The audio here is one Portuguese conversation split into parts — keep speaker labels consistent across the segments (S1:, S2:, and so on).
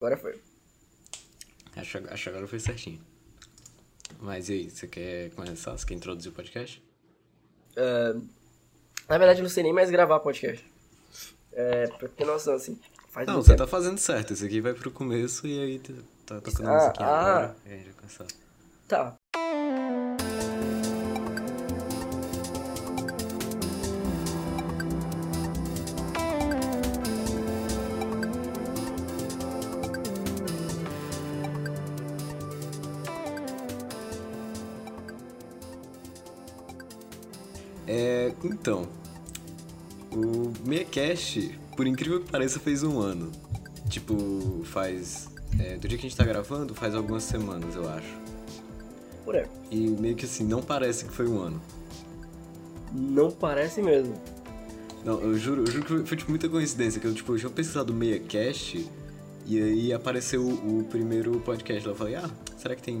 S1: Agora foi.
S2: Acho, acho agora foi certinho. Mas e aí, você quer começar? Você quer introduzir o podcast?
S1: Ah, na verdade, eu não sei nem mais gravar podcast. É, pra ter noção, assim. Faz
S2: Não,
S1: muito
S2: você
S1: tempo.
S2: tá fazendo certo. Esse aqui vai pro começo e aí tá- tá tocando
S1: Ah,
S2: musiquinha
S1: ah.
S2: agora. E aí já começar.
S1: Tá.
S2: É, então, o MeiaCast, por incrível que pareça, fez um ano. Tipo, faz. é, do dia que a gente tá gravando, faz algumas semanas, eu acho.
S1: Por aí.
S2: E meio que assim, não parece que foi um ano.
S1: Não parece mesmo.
S2: Não, eu juro, eu juro que foi, foi, tipo, muita coincidência, que eu, tipo, eu tinha pesquisado o MeiaCast e aí apareceu o, o primeiro podcast lá. Eu falei, ah, será que tem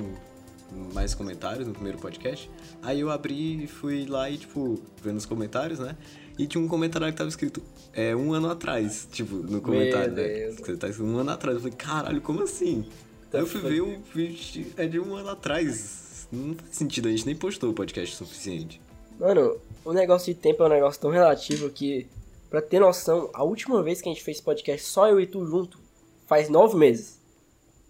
S2: mais comentários no primeiro podcast? Aí eu abri e fui lá e, tipo, vendo os comentários, né? E tinha um comentário lá que tava escrito, é, um ano atrás, tipo, no comentário, né?
S1: Deus.
S2: Você tá escrito um ano atrás. Eu falei, caralho, como assim? Aí eu fui ver o vídeo, é de um ano atrás. Não faz sentido, a gente nem postou o podcast o suficiente.
S1: Mano, o negócio de tempo é um negócio tão relativo que, pra ter noção, a última vez que a gente fez podcast só eu e tu junto faz nove meses.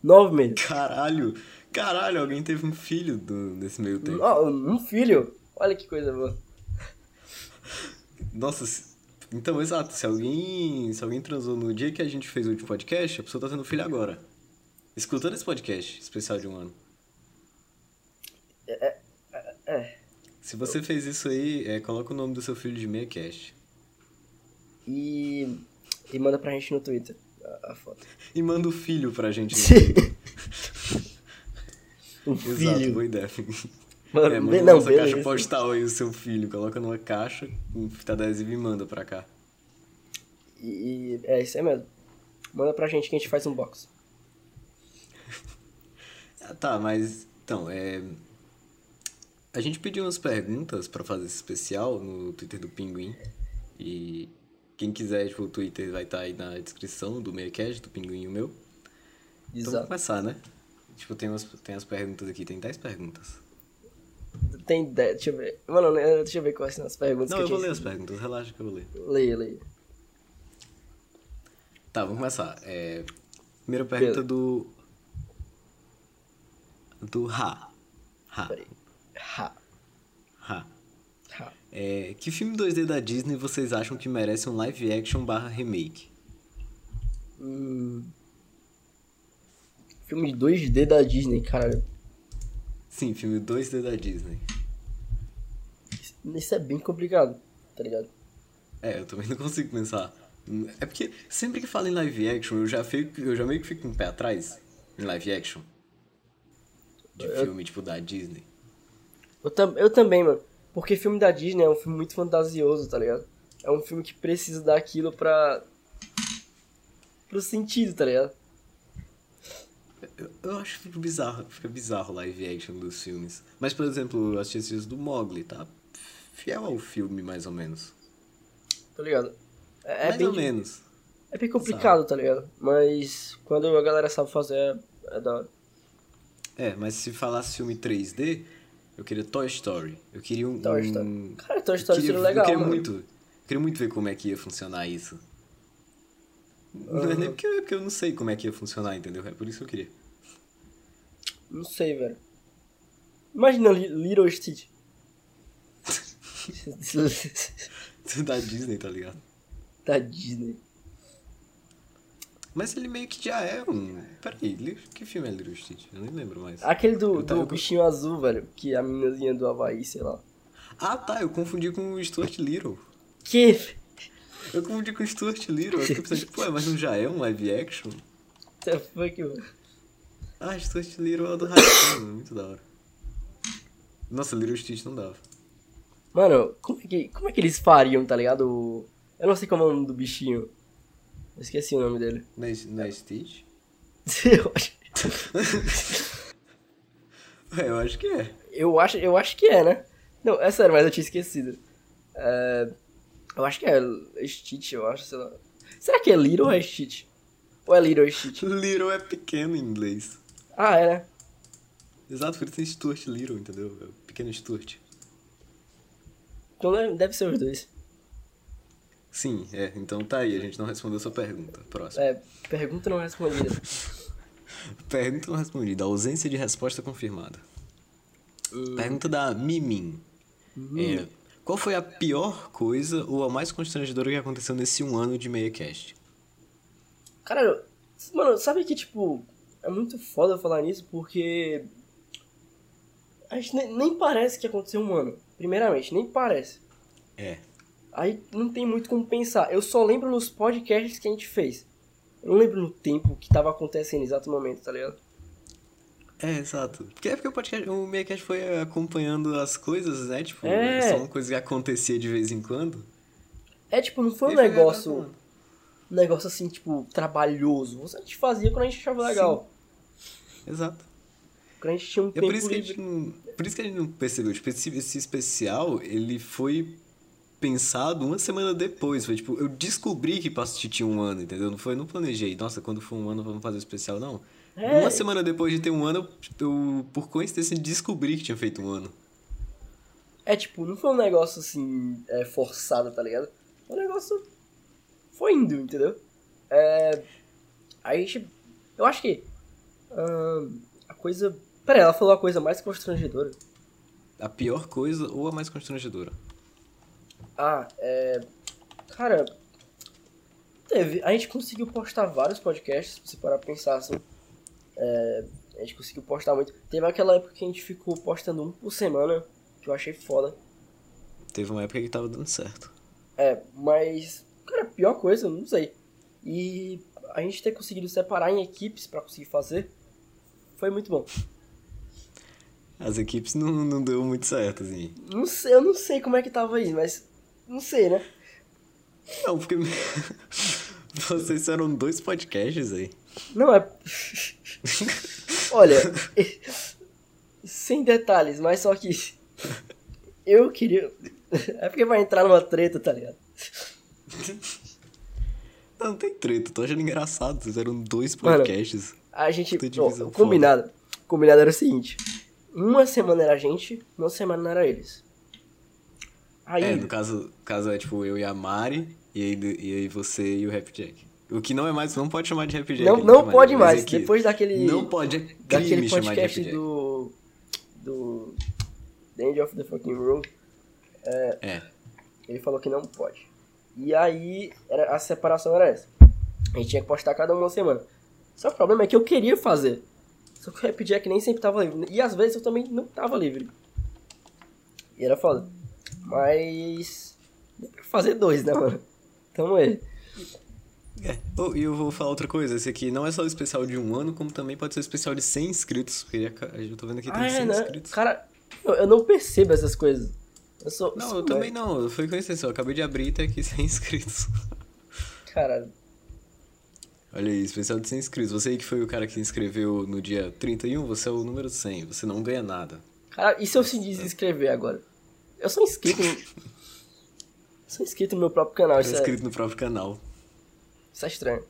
S1: Nove meses.
S2: Caralho, caralho, alguém teve um filho do- nesse meio tempo.
S1: Ó, um filho? Olha que coisa boa.
S2: Nossa, se- então, exato, se alguém, se alguém transou no dia que a gente fez o último podcast, a pessoa tá tendo filho agora. Escutando esse podcast especial de um ano.
S1: É.
S2: Se você fez isso aí, é, coloca o nome do seu filho de MeiaCast.
S1: E. E manda pra gente no Twitter a, a foto.
S2: E manda o filho pra gente.
S1: um
S2: Exato,
S1: filho.
S2: boa ideia.
S1: Mano,
S2: é,
S1: be-
S2: manda
S1: não,
S2: nossa caixa
S1: beleza.
S2: postal aí o seu filho. Coloca numa caixa, com fita adesiva e manda pra cá.
S1: E, e é isso aí mesmo. Manda pra gente que a gente faz um box.
S2: Ah, tá, mas então, é. A gente pediu umas perguntas pra fazer esse especial no Twitter do Pinguim. E quem quiser, tipo, o Twitter vai estar aí na descrição do Meiacast, do Pinguim e o meu. Então vamos
S1: Exato.
S2: começar, né? Tipo, tem, umas, tem as perguntas aqui, tem 10 perguntas.
S1: Tem ideia. Deixa eu ver. Mano, né, deixa eu ver quais são as perguntas
S2: Não,
S1: que
S2: eu vou
S1: tinha
S2: ler as perguntas, relaxa que eu vou ler.
S1: recebido. Leia, leia.
S2: Tá, vamos começar. É, primeira pergunta
S1: Beleza.
S2: do. Do Ra. Ra.
S1: Peraí. Ha.
S2: Ra.
S1: Ha.
S2: É, que filme 2D da Disney vocês acham que merece um live action barra remake?
S1: Hum. Filme de 2D da Disney, cara.
S2: Sim, filme 2D da Disney.
S1: Isso- Isso é bem complicado, tá ligado?
S2: É, eu também não consigo pensar. Hum, É porque sempre que falo em live action, eu já, fico, eu já meio que fico com o pé atrás em live action. De
S1: É.
S2: filme, tipo, da Disney.
S1: Eu, tam, eu também, mano. Porque filme da Disney é um filme muito fantasioso, tá ligado? É um filme que precisa daquilo pra. pro sentido, tá ligado?
S2: Eu, eu acho que fica bizarro, fica bizarro o live action dos filmes. Mas, por exemplo, eu assisti esses dias do Mogli, tá? Fiel ao filme, mais ou menos.
S1: Tá ligado? É, é
S2: mais
S1: bem,
S2: ou menos.
S1: é bem complicado, tá ligado? Mas quando a galera sabe fazer, é, é da hora.
S2: É, mas se falasse filme 3D, eu queria Toy Story. Eu queria um.
S1: Toy
S2: um-
S1: Story. Cara, Toy Story
S2: eu queria,
S1: seria legal, é?
S2: Eu queria
S1: mano.
S2: é muito. eu queria muito ver como é que ia funcionar isso. Não é nem porque, é porque eu não sei como é que ia funcionar, entendeu? É por isso que eu queria.
S1: Não sei, velho. Imagina Li- Little Stitch.
S2: Da Disney, tá ligado?
S1: da Disney.
S2: Mas ele meio que já é um. Peraí, li- que filme é Little Stitch? Eu nem lembro mais.
S1: Aquele do,
S2: Eu tava
S1: do
S2: com-
S1: bichinho azul, velho. Que a meninazinha do Havaí, sei lá.
S2: Ah, tá, eu confundi com o Stuart Little.
S1: Que?
S2: Eu confundi com o Stuart Little. Eu fiquei pensando, tipo, ué, mas não já é um live action?
S1: The fuck, mano.
S2: Ah, Stuart Little é o do Ratinho, muito da hora. Nossa, Little Stitch não dava.
S1: Mano, como é, que, como é que eles fariam, tá ligado? O- Eu não sei como é o nome do bichinho. Eu esqueci o nome dele.
S2: Não é, não é Stitch?
S1: Eu acho,
S2: Ué, eu acho que é.
S1: eu acho, eu acho que é, né? Não, é sério, mas eu tinha esquecido. É, eu acho que é Stitch, eu acho, sei lá. Será que é Little ou é Stitch? Ou é little shit?
S2: Little é pequeno em inglês.
S1: Ah, é, né?
S2: Exato, por isso tem Stuart Little, entendeu? É o Pequeno Stuart.
S1: Então deve- deve ser os dois.
S2: Sim, é. Então tá aí, a gente não respondeu a sua pergunta. Próximo.
S1: É, pergunta não respondida.
S2: Pergunta não respondida. Ausência de resposta confirmada. Pergunta da Uh. Mimin. É, qual foi a pior coisa ou a mais constrangedora que aconteceu nesse um ano de MeiaCast?
S1: Cara, mano, sabe que, tipo, é muito foda falar nisso porque. A gente nem, nem parece que aconteceu um ano. Primeiramente, nem parece.
S2: É.
S1: Aí não tem muito como pensar. Eu só lembro nos podcasts que a gente fez. Eu não lembro no tempo que tava acontecendo no exato momento, tá ligado?
S2: É, exato. Porque é porque o podcast, o MeiaCast foi acompanhando as coisas, né? Tipo,
S1: É.
S2: só uma coisa que acontecia de vez em quando.
S1: É tipo, não foi um
S2: E foi
S1: negócio.
S2: gravando.
S1: Um negócio assim, tipo, trabalhoso. A gente fazia quando a gente achava legal.
S2: Exato.
S1: Quando a gente tinha um
S2: É
S1: tempo
S2: por isso, que a
S1: livre.
S2: gente não, por isso que a gente não percebeu. Tipo, esse, esse especial, ele foi pensado uma semana depois. Foi tipo, eu descobri que Pasto tinha um ano, entendeu? Não foi, não planejei. Nossa, quando for um ano, vamos fazer o especial, não.
S1: É.
S2: Uma semana depois de ter um ano, eu, eu, por coincidência, descobri que tinha feito um ano.
S1: É tipo, não foi um negócio assim, é, forçado, tá ligado? O negócio foi indo, entendeu? É, a gente. Eu acho que. ahn, a coisa. Pera, aí, ela falou a coisa mais constrangedora.
S2: A pior coisa ou a mais constrangedora?
S1: Ah, é. Cara. Teve. A gente conseguiu postar vários podcasts, se parar pra pensar assim. É, a gente conseguiu postar muito. Teve aquela época que a gente ficou postando um por semana, que eu achei foda.
S2: Teve uma época que tava dando certo.
S1: É, mas, cara, a pior coisa, eu não sei. E a gente ter conseguido separar em equipes pra conseguir fazer foi muito bom.
S2: As equipes não, não deu muito certo, assim.
S1: Não sei, eu não sei como é que tava aí, mas não sei, né?
S2: Não, porque. Vocês eram dois podcasts aí.
S1: Não é. Olha, sem detalhes, mas só que eu queria. É porque vai entrar numa treta, tá ligado?
S2: Não, não tem treta, tô achando engraçado. Vocês eram dois
S1: Mano.
S2: podcasts.
S1: A gente.
S2: Tem
S1: ó,
S2: divisão
S1: o combinado. o Combinado era o seguinte: uma semana era a gente, uma semana era eles. Aí.
S2: É, no caso, caso é tipo eu e a Mari, e aí, e aí você e o Happy Jack. O que não é mais, não pode chamar de Happy Jack.
S1: Não,
S2: ele
S1: não
S2: chama de-
S1: pode
S2: mas
S1: mais.
S2: é que
S1: Depois daquele.
S2: Não pode, é crime
S1: daquele
S2: chamar de Happy
S1: podcast
S2: Jack.
S1: do. Do. The End of the Fucking Road.
S2: É,
S1: Ele falou que não pode. E aí, era, a separação era essa. A gente tinha que postar cada uma semana. Só que o problema é que eu queria fazer. Só que o Happy Jack nem sempre tava livre. E às vezes eu também não tava livre. E era foda. Mas. Deu pra fazer dois, né, mano? Tamo aí.
S2: É. Oh, e eu vou falar outra coisa, esse aqui não é só o especial de um ano, como também pode ser o especial de 100 inscritos, porque já ca- eu tô vendo que tem
S1: Ah,
S2: 100
S1: é, né?
S2: inscritos.
S1: Cara, eu, eu não percebo essas coisas. Eu sou.
S2: Não,
S1: sou
S2: eu também não, foi coincidência, eu acabei de abrir e tá aqui 100 inscritos.
S1: Cara,
S2: Olha aí, especial de 100 inscritos, você aí que foi o cara que se inscreveu no dia 31, você é o número 100, você não ganha nada. Tá
S1: cara, e se eu se desinscrever agora? Eu sou um inscrito no... Sou um inscrito no meu próprio canal,
S2: Tá
S1: isso é,
S2: inscrito no próprio canal.
S1: isso é estranho.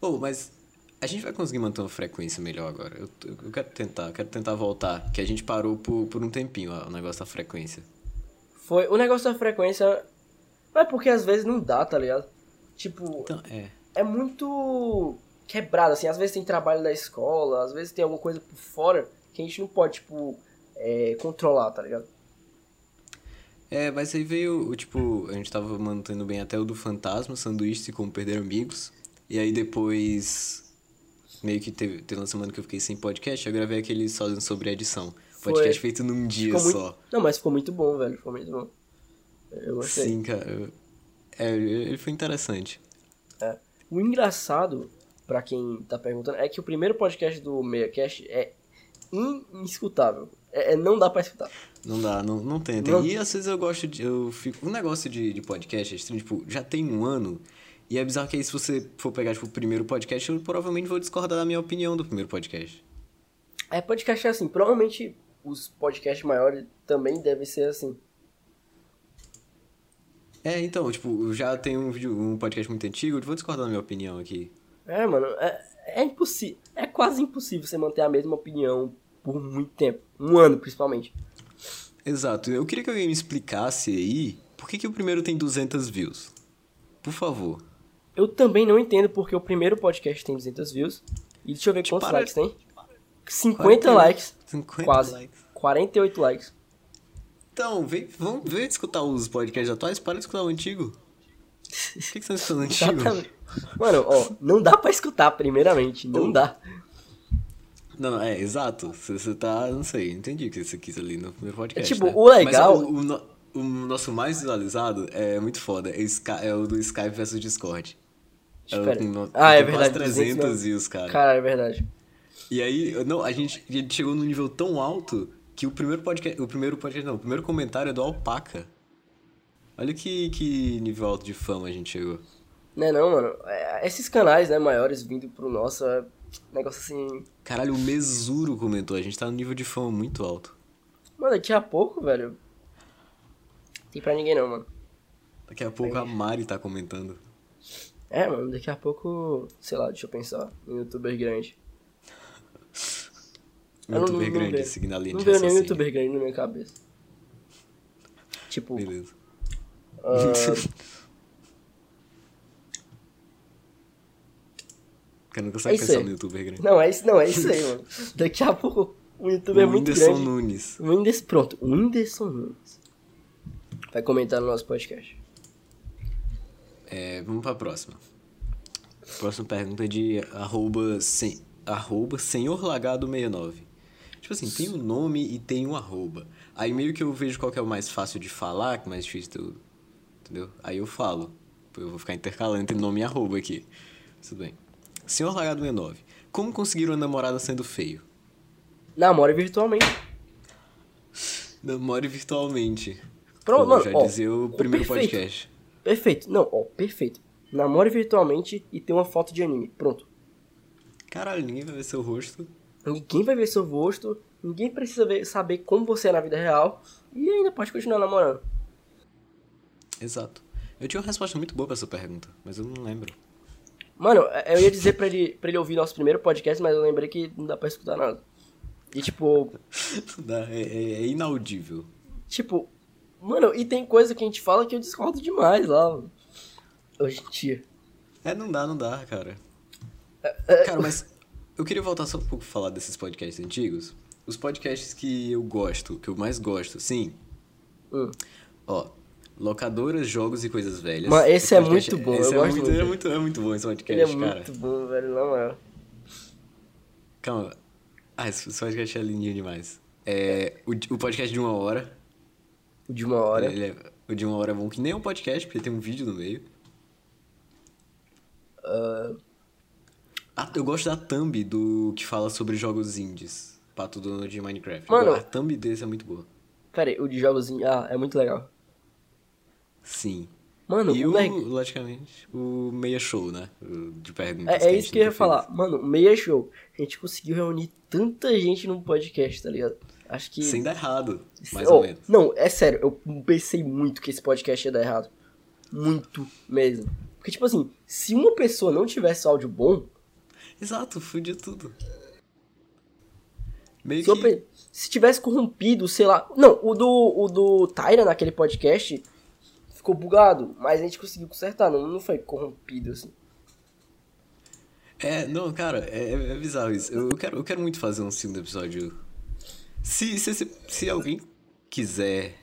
S2: Ô, mas a gente vai conseguir manter uma frequência melhor agora. Eu, eu- eu quero tentar, eu quero tentar voltar, que a gente parou por, por um tempinho ó, o negócio da frequência.
S1: Foi, o negócio da frequência... Mas é porque às vezes não dá, tá ligado? Tipo,
S2: Então, é.
S1: é muito quebrado, assim. Às vezes tem trabalho da escola, às vezes tem alguma coisa por fora que a gente não pode, tipo, é, controlar, tá ligado?
S2: É, mas aí veio, o tipo, a gente tava mantendo bem até o do Fantasma, Sanduíche e Como Perder Amigos. E aí depois, meio que teve, teve uma semana que eu fiquei sem podcast, eu gravei aquele sozinho sobre edição.
S1: Foi.
S2: Podcast feito num dia
S1: Ficou muito-
S2: só.
S1: Não, mas ficou muito bom, velho. Ficou muito bom. Eu gostei.
S2: Sim, cara. eu- É, ele foi interessante.
S1: O engraçado, pra quem tá perguntando, é que o primeiro podcast do MeiaCast é inescutável. É, é- não dá pra escutar.
S2: Não dá, não, não tenta.
S1: Não.
S2: E às vezes eu gosto de. Eu fico, um negócio de, de podcast é estranho, tipo, já tem um ano. E é bizarro que aí, se você for pegar, tipo, o primeiro podcast, eu provavelmente vou discordar da minha opinião do primeiro podcast.
S1: É, podcast é assim. Provavelmente os podcasts maiores também devem ser assim.
S2: É, então, tipo, eu já tem um vídeo, um podcast muito antigo, eu vou discordar da minha opinião aqui.
S1: É, mano, é, é impossível. É quase impossível você manter a mesma opinião por muito tempo. Um ano, principalmente.
S2: Exato. Eu queria que alguém me explicasse aí por que, que o primeiro tem 200 views. Por favor.
S1: Eu também não entendo porque o primeiro podcast tem 200 views. E deixa eu ver
S2: Te
S1: quantos
S2: para-
S1: likes tem. 50
S2: 40
S1: likes.
S2: 50
S1: quase.
S2: likes.
S1: 48 likes.
S2: Então, vem, vamos ver de escutar os podcasts atuais, para de escutar o antigo. Por que, que você tá escutando o antigo?
S1: Exatamente. Mano, ó, não dá pra escutar, primeiramente. Não
S2: Oh.
S1: dá.
S2: Não, não, é, exato. Você, você tá, não sei, entendi o que você quis ali no primeiro podcast.
S1: É, tipo,
S2: né?
S1: o legal-
S2: Mas o, o no- o nosso mais visualizado é muito foda. É, Sky- é o do Skype versus Discord. É o
S1: Espera.
S2: com no-
S1: Ah, é
S2: com quase
S1: verdade.
S2: 300
S1: 200
S2: views, cara.
S1: Cara, é verdade.
S2: E aí, eu- não, a gente, a gente chegou num nível tão alto que o primeiro podcast. O primeiro podcast, não, o primeiro comentário é do Alpaca. Olha que, que nível alto de fama a gente chegou.
S1: Né não, mano? É, Esses canais, né, maiores vindo pro nosso, é negócio assim...
S2: Caralho, o Mesuro comentou, a gente tá num nível de fama muito alto.
S1: Mano, daqui a pouco, velho... Tem pra ninguém não, mano.
S2: Daqui a pouco a Mari tá comentando.
S1: É, mano, daqui a pouco... Sei lá, deixa eu pensar. Um youtuber grande. Eu
S2: Um
S1: não-
S2: youtuber
S1: não
S2: grande,
S1: vejo.
S2: seguindo a linha
S1: Não
S2: de
S1: veio nenhum
S2: raciocínio.
S1: youtuber grande na minha cabeça. Tipo,
S2: Beleza.
S1: ah,
S2: O cara não consegue
S1: É isso
S2: pensar
S1: aí.
S2: no um youtuber grande.
S1: não, é isso, não, é isso aí, mano. Daqui a pouco um youtuber
S2: o
S1: muito
S2: Whindersson
S1: grande.
S2: Nunes.
S1: O Whindersson, Um pronto, o Whindersson Nunes. Vai comentar no nosso podcast.
S2: É, vamos pra próxima. Próxima pergunta é de arroba, sen, arroba senhorlagado69. Tipo assim, tem um nome e tem um arroba. Aí meio que eu vejo qual que é o mais fácil de falar, que é mais difícil de eu... Entendeu? Aí eu falo. Eu vou ficar intercalando entre nome e arroba aqui. Tudo bem. Senhor Lagado 69. Como conseguir uma namorada sendo feio?
S1: Namora virtualmente.
S2: Namore virtualmente.
S1: Pronto,
S2: Como
S1: mano,
S2: já
S1: ó,
S2: dizia o
S1: o
S2: primeiro
S1: perfeito.
S2: podcast.
S1: Perfeito. Não, ó, perfeito. Namore virtualmente e tem uma foto de anime. Pronto.
S2: Caralho, ninguém vai ver seu rosto.
S1: Ninguém vai ver seu rosto, ninguém precisa ver- saber como você é na vida real e ainda pode continuar namorando.
S2: Exato. Eu tinha uma resposta muito boa pra essa pergunta, mas eu não lembro.
S1: Mano, é, eu ia dizer pra ele, pra ele ouvir nosso primeiro podcast, mas eu lembrei que não dá pra escutar nada. E tipo,
S2: Dá- é, é- é inaudível.
S1: tipo, mano, e tem coisa que a gente fala que eu discordo demais lá. mano. Hoje em dia.
S2: É, não dá, não dá, cara. Cara, mas eu queria voltar só um pouco pra falar desses podcasts antigos. Os podcasts que eu gosto, que eu mais gosto, sim.
S1: Hum.
S2: Ó, Locadoras, Jogos e Coisas Velhas.
S1: Mas esse é
S2: podcast-
S1: muito bom,
S2: esse
S1: eu
S2: é
S1: gosto
S2: muito,
S1: muito
S2: É
S1: dele.
S2: muito, é muito bom esse
S1: Ele é
S2: podcast, cara.
S1: muito bom, velho, não é?
S2: Calma. Ah, esse esse podcast é lindinho demais. É, o, de- o podcast de uma hora.
S1: O de uma hora.
S2: Ele é- o de uma hora é bom, que nem é um podcast, porque tem um vídeo no meio.
S1: Ah,
S2: Ah, eu gosto da thumb do que fala sobre jogos indies. Pato dono de Minecraft.
S1: Mano-
S2: A thumb desse é muito boa.
S1: pera aí, o de jogos. Ah, é muito legal.
S2: Sim.
S1: Mano,
S2: e
S1: o
S2: o,
S1: leg-
S2: logicamente, o meia show, né? O De perguntas.
S1: é,
S2: a
S1: é
S2: gente
S1: isso que eu ia
S2: nunca
S1: falar. Mano, o meia show. A gente conseguiu reunir tanta gente num podcast, tá ligado? Acho que.
S2: fez. Sem dar errado, mais
S1: Oh,
S2: ou menos.
S1: Não, é sério, eu pensei muito que esse podcast ia dar errado. Muito mesmo. Porque, tipo assim, se uma pessoa não tivesse áudio bom,
S2: Exato, fudia tudo. Meio
S1: se, eu
S2: que...
S1: pe- se tivesse corrompido, sei lá. Não, o do, o do Tyra naquele podcast ficou bugado, mas a gente conseguiu consertar, não, não foi corrompido assim.
S2: É, não, cara, é, é- é bizarro isso. Eu, eu quero, eu quero muito fazer um segundo episódio. Se, se, se, se alguém quiser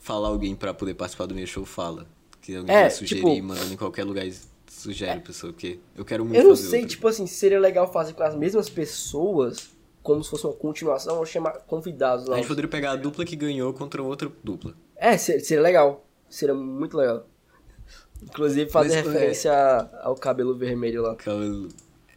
S2: falar alguém pra poder participar do meu show, fala. Que alguém
S1: É,
S2: vai sugerir,
S1: tipo-
S2: mandando em qualquer lugar e sugere a pessoa, porque eu quero muito
S1: Eu não
S2: fazer
S1: sei,
S2: outro.
S1: tipo assim, seria legal fazer com as mesmas pessoas, como se fosse uma continuação, ou chamar convidados
S2: A
S1: lá.
S2: gente poderia pegar a dupla que ganhou contra outra dupla.
S1: É, ser- seria legal. Seria muito legal. Inclusive fazer
S2: Mas, é,
S1: referência a- ao cabelo vermelho lá.
S2: Cabelo.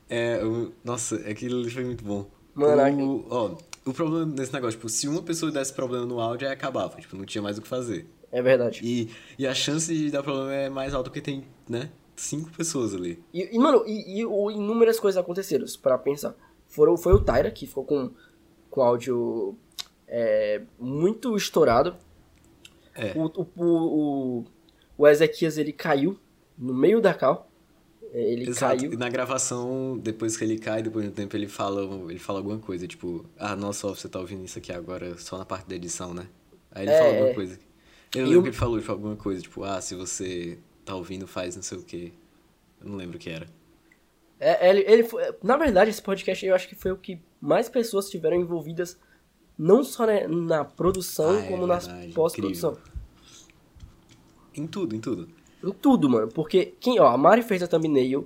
S2: É, eu- nossa, aquilo ali foi muito bom.
S1: Mano,
S2: o, ó, o problema desse negócio, tipo, se uma pessoa desse problema no áudio, aí acabava, tipo, não tinha mais o que fazer.
S1: É verdade.
S2: E, e a chance de dar problema é mais alta porque tem, né? Cinco pessoas ali.
S1: E, e, mano, e, e o- inúmeras coisas aconteceram, se parar pra pensar. Foram, foi o Tyra, que ficou com, com áudio é, muito estourado.
S2: É.
S1: O, o, o, o- o Ezequias, ele caiu no meio da cal. É, Ele
S2: Exato.
S1: caiu.
S2: E na gravação, depois que ele cai, depois de um tempo, ele fala, ele fala alguma coisa, tipo, ah, nossa, ó, você tá ouvindo isso aqui agora só na parte da edição, né? Aí ele
S1: É,
S2: fala alguma
S1: é.
S2: coisa. Eu
S1: E
S2: não lembro
S1: o-
S2: que ele falou, tipo, alguma coisa, tipo, ah, se você tá ouvindo, faz não sei o quê. Eu não lembro o que era.
S1: É, ele, ele foi- na verdade, esse podcast eu acho que foi o que mais pessoas tiveram envolvidas, não só na, na produção,
S2: Ah, é
S1: como nas
S2: verdade,
S1: pós-produção.
S2: Em tudo, em tudo.
S1: Em tudo, mano. Porque quem, ó, a Mari fez a thumbnail,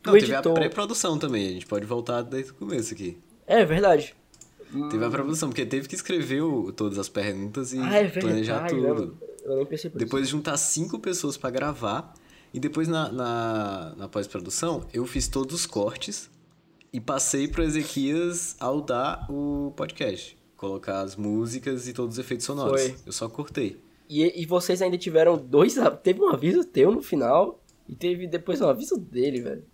S1: tu
S2: Não, teve a
S1: editou.
S2: pré-produção também, a gente pode voltar desde o começo aqui.
S1: É verdade.
S2: Teve a pré-produção, porque teve que escrever o- todas as perguntas e
S1: Hum. Ah, é verdade.
S2: planejar tudo.
S1: né, mano? eu nem pensei por isso.
S2: Depois juntar cinco pessoas pra gravar. E depois na, na, na pós-produção, eu fiz todos os cortes e passei pro Ezequias ao dar o podcast. Colocar as músicas e todos os efeitos sonoros.
S1: Foi.
S2: Eu só cortei.
S1: E, e vocês ainda tiveram dois. a- Teve um aviso teu no final e teve depois um aviso dele, velho.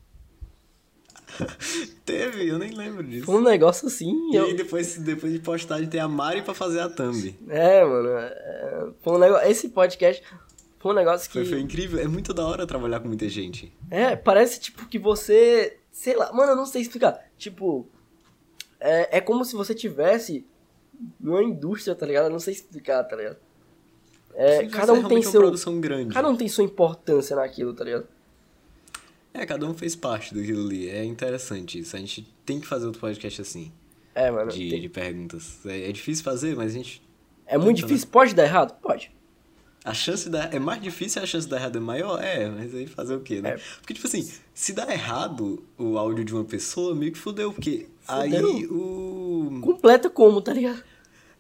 S2: Teve, eu nem lembro disso.
S1: Foi um negócio assim.
S2: E
S1: eu-
S2: aí depois, depois de postagem tem a Mari pra fazer a thumb.
S1: É, mano. é, Foi um negócio. Esse podcast foi um negócio que.
S2: Foi, foi incrível, é muito da hora trabalhar com muita gente.
S1: É, parece tipo que você. Sei lá, mano, eu não sei explicar. Tipo. É, é como se você tivesse numa indústria, tá ligado? Eu não sei explicar, tá ligado? É,
S2: Sim,
S1: cada
S2: isso
S1: um
S2: realmente
S1: tem
S2: é uma
S1: seu.
S2: produção grande.
S1: Cada um tem sua importância naquilo, tá ligado?
S2: É, cada um fez parte daquilo ali. É interessante isso. A gente tem que fazer outro podcast assim.
S1: É, mano.
S2: de,
S1: tem-
S2: de perguntas. É, é difícil fazer, mas a gente.
S1: É muito
S2: Tenta, né?
S1: difícil. Pode dar errado? Pode.
S2: A chance da. É mais difícil a chance da errada é maior? É, mas aí fazer o quê,
S1: É.
S2: né? Porque, tipo assim, se dá errado o áudio de uma pessoa, meio que fudeu, porque aí
S1: Fudeu.
S2: o.
S1: Completa como, tá ligado?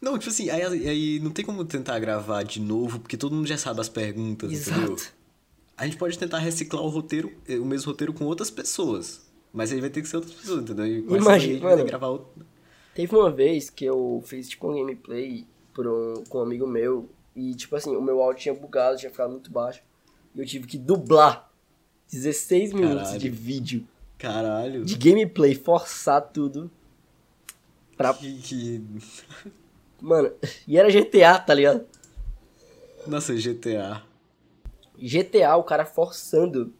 S2: Não, tipo assim, aí, aí não tem como tentar gravar de novo, porque todo mundo já sabe as perguntas, entendeu?
S1: Exato.
S2: A gente pode tentar reciclar o roteiro, eh, o mesmo roteiro com outras pessoas. Mas aí vai ter que ser outras pessoas, entendeu? E com essas aí a gente vai ter
S1: Imagina.
S2: que gravar outro.
S1: Teve uma vez que eu fiz tipo um gameplay por um- com um amigo meu e tipo assim, o meu áudio tinha bugado, tinha ficado muito baixo. E eu tive que dublar 16 minutos
S2: Caralho.
S1: de vídeo,
S2: Caralho.
S1: de gameplay, forçar tudo. Pra...
S2: Que, que...
S1: Mano, e era GTA, tá ligado?
S2: Nossa, GTA.
S1: GTA, o cara forçando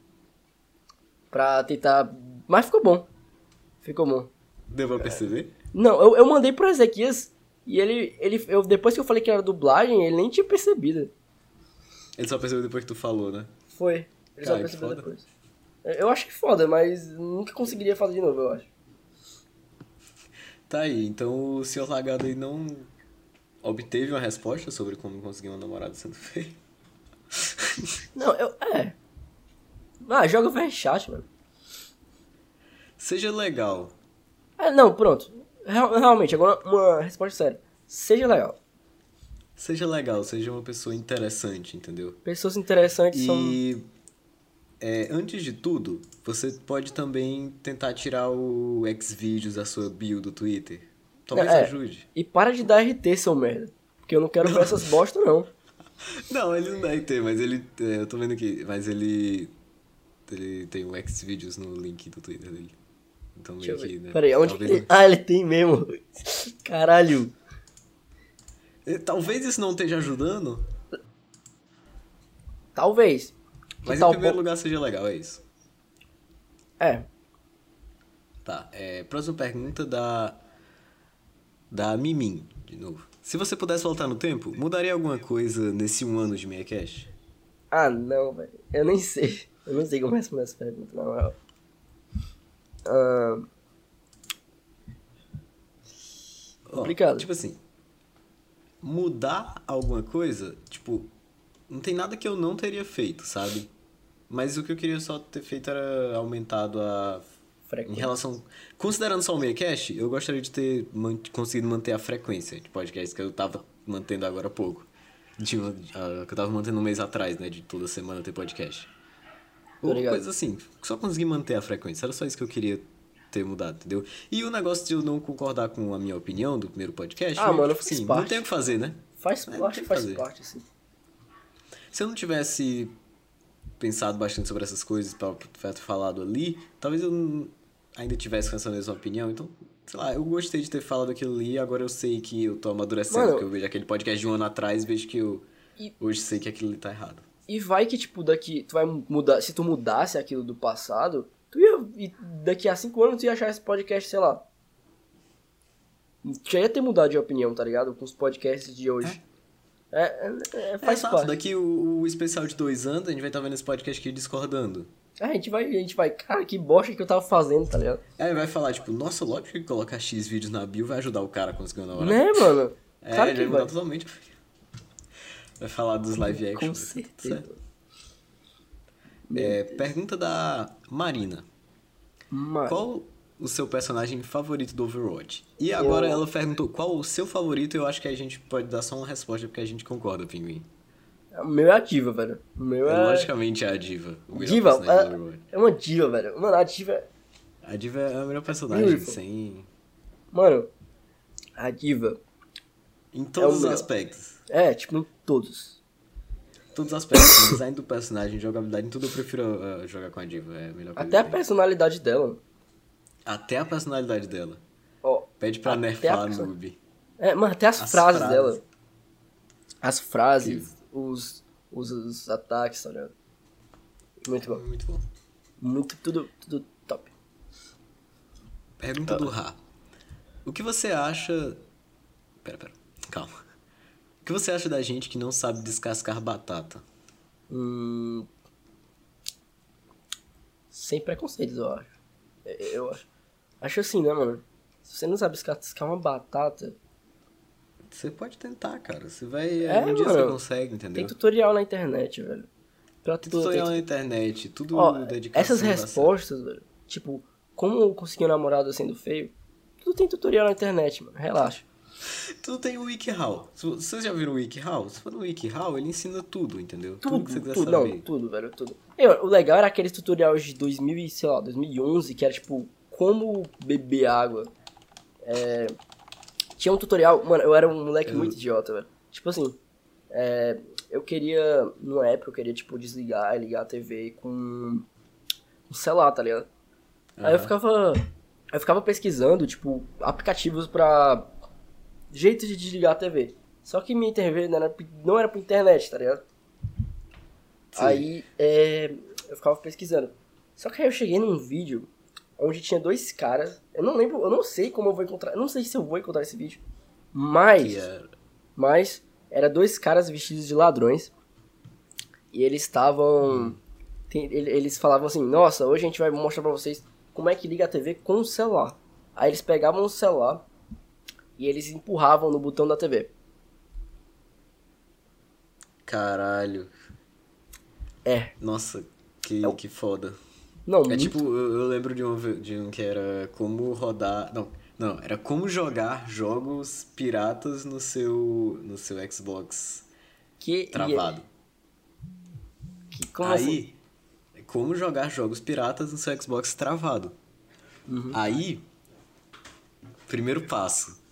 S1: pra tentar. Mas ficou bom. Ficou bom.
S2: Deu
S1: É.
S2: pra perceber?
S1: Não, eu, eu mandei pro Ezequias e ele. ele eu, depois que eu falei que era dublagem, ele nem tinha percebido.
S2: Ele só percebeu depois que tu falou, né?
S1: Foi. Ele só
S2: Cara, que
S1: percebeu
S2: foda.
S1: depois. Eu É, eu acho que foda, mas nunca conseguiria fazer de novo, eu acho.
S2: Tá aí, então o senhor Lagado aí não obteve uma resposta sobre como conseguir uma namorada sendo feio.
S1: Não, eu. É. Ah, joga o chat, mano.
S2: Seja legal.
S1: Ah, não, pronto. Real- realmente, agora uma resposta séria. Seja legal.
S2: Seja legal, seja uma pessoa interessante, entendeu?
S1: Pessoas interessantes são.
S2: E é, antes de tudo, você pode também tentar tirar o Xvideos da sua bio do Twitter. Talvez
S1: É.
S2: ajude.
S1: E para de dar RT, seu merda. Porque eu não quero ver essas bosta, não.
S2: Não, ele não dá IT, mas ele. é, eu tô vendo aqui, mas ele. Ele tem o Xvideos no link do Twitter dele. Então
S1: Deixa eu
S2: meio que,
S1: ver.
S2: né?
S1: Peraí, onde que
S2: talvez
S1: tem? Ah, ele tem mesmo. Caralho.
S2: Eh, Talvez isso não esteja ajudando,
S1: Talvez. Que
S2: mas em
S1: tal
S2: primeiro
S1: po-
S2: lugar seja legal, é isso.
S1: É.
S2: Tá, é, próxima pergunta da. Da Mimin, de novo. Se você pudesse voltar no tempo, mudaria alguma coisa nesse um ano de MeiaCast?
S1: Ah, não, velho. Eu nem sei. Eu não sei como responder essa pergunta, na moral. Ah, Ahn,
S2: Ó,
S1: Complicado.
S2: Tipo assim, mudar alguma coisa, tipo, não tem nada que eu não teria feito, sabe? Mas o que eu queria só ter feito era aumentado a. Em
S1: frequência.
S2: relação. Considerando só o MeiaCast, eu gostaria de ter man- conseguido manter a frequência de podcast que eu tava mantendo agora há pouco. De, uma- a- que eu tava mantendo um mês atrás, né? De toda semana ter podcast. Ou
S1: Obrigado.
S2: coisa assim, só consegui manter a frequência. Era só isso que eu queria ter mudado, entendeu? E o negócio de eu não concordar com a minha opinião do primeiro podcast,
S1: Ah,
S2: meio que,
S1: mano,
S2: tipo
S1: faz
S2: assim, não
S1: parte.
S2: tem o que fazer, né?
S1: Faz
S2: É, não
S1: parte,
S2: tem o que
S1: faz
S2: fazer.
S1: parte, assim.
S2: Se eu não tivesse pensado bastante sobre essas coisas, pra tivesse falado ali, talvez eu não- ainda tivesse com essa mesma opinião. Então, sei lá, eu gostei de ter falado aquilo ali, agora eu sei que eu tô amadurecendo,
S1: Mano-
S2: porque eu vejo aquele podcast de um ano atrás e vejo que eu
S1: E-
S2: hoje sei que aquilo ali tá errado.
S1: E vai que, tipo, daqui. Tu vai mudar. Se tu mudasse aquilo do passado, tu ia. e daqui a cinco anos tu ia achar esse podcast, sei lá. Tu já ia ter mudado de opinião, tá ligado? Com os podcasts de hoje. É, é- é- faz
S2: Exato,
S1: parte.
S2: daqui o, o especial de dois anos a gente vai estar vendo esse podcast aqui discordando.
S1: A gente vai, a gente vai, cara, que bosta que eu tava fazendo, tá ligado?
S2: Aí vai falar, tipo, nossa, lógico que colocar X vídeos na bio vai ajudar o cara a conseguir uma hora.
S1: Né, mano?
S2: É,
S1: claro que
S2: ele vai mudar
S1: vai.
S2: totalmente. Vai falar dos live action. né?
S1: Com certeza.
S2: É, pergunta da Marina.
S1: Mano,
S2: Qual o seu personagem favorito do Overwatch? E agora
S1: Eu-
S2: ela perguntou qual o seu favorito, eu acho que a gente pode dar só uma resposta porque a gente concorda, Pinguim.
S1: o meu é a diva, velho. O meu
S2: É,
S1: é.
S2: logicamente é a Diva. o melhor
S1: diva,
S2: personagem do
S1: é,
S2: Overwatch.
S1: é uma diva, velho. Mano, a diva.
S2: A Diva é a melhor personagem,
S1: Beautiful.
S2: sem...
S1: Mano, a diva.
S2: Em todos os
S1: É melhor.
S2: aspectos.
S1: É, tipo, em todos.
S2: Todos os aspectos. né? design do personagem, jogabilidade, em tudo eu prefiro ah, jogar com a Diva. É a melhor coisa
S1: Até a
S2: que tem.
S1: personalidade dela. mano.
S2: Até a personalidade dela.
S1: Ó,
S2: Pede pra
S1: Até
S2: nerfar
S1: a
S2: a
S1: perso-
S2: noob.
S1: é, mano, até as,
S2: As
S1: frases,
S2: frases.
S1: dela. As frases, os, os, os ataques, tá ligado? Muito bom.
S2: Muito bom.
S1: Muito, tudo, tudo top.
S2: Pergunta do Ra. O que você acha. Pera, pera. Calma. O que você acha da gente que não sabe descascar batata?
S1: Hum, sem preconceitos, eu acho. Eu, eu acho. Acho assim, né, mano? Se você não sabe descascar uma batata,
S2: Você pode tentar, cara. Você vai.
S1: É,
S2: um dia você
S1: mano.
S2: consegue,
S1: tem
S2: entendeu? Tem,
S1: tutorial na internet, velho. Pra tudo,
S2: Né? tutorial
S1: tem
S2: na internet, tudo
S1: Ó,
S2: dedicação.
S1: essas
S2: da-
S1: respostas, velho, tipo, como conseguir um namorado sendo feio, tudo tem tutorial na internet, mano. Relaxa.
S2: Tudo tem o WikiHow. Se- Vocês já viram o WikiHow? Se for no WikiHow, ele ensina tudo, entendeu? que você
S1: Tudo,
S2: quiser
S1: tudo,
S2: saber.
S1: não, tudo, velho, tudo. E, ó, o legal era aqueles tutoriais de 2000, e, sei lá, 2011, que era tipo, como beber água. É, Tinha um tutorial, mano, eu era um moleque
S2: Eu-
S1: muito idiota, velho. Tipo assim, é, eu queria, numa época, eu queria, tipo, desligar e ligar a TV com o celular, tá ligado? Aí eu
S2: Aham.
S1: ficava. Eu ficava pesquisando, tipo, aplicativos pra. jeitos de desligar a TV. Só que minha TV não era, p- não era pra internet, tá ligado?
S2: Sim.
S1: Aí é, eu ficava pesquisando. Só que aí eu cheguei num vídeo onde tinha dois caras. Eu não lembro, eu não sei como eu vou encontrar. Eu não sei se eu vou encontrar esse vídeo. Mas.
S2: Que é-
S1: Mas era dois caras vestidos de ladrões. E eles estavam. tem- ele- Eles falavam assim: Nossa, hoje a gente vai mostrar pra vocês como é que liga a TV com o celular. Aí eles pegavam o celular e eles empurravam no botão da TV.
S2: Caralho.
S1: É.
S2: Nossa, que,
S1: É o-
S2: que foda.
S1: Não,
S2: É
S1: muito-
S2: tipo, eu, eu lembro de um, ve- de um que era como rodar. Não, não, era como jogar jogos piratas no seu, no seu Xbox
S1: que.
S2: travado.
S1: que- é, como assim?
S2: Aí, é como jogar jogos piratas no seu Xbox travado.
S1: Uhum.
S2: Aí, primeiro passo.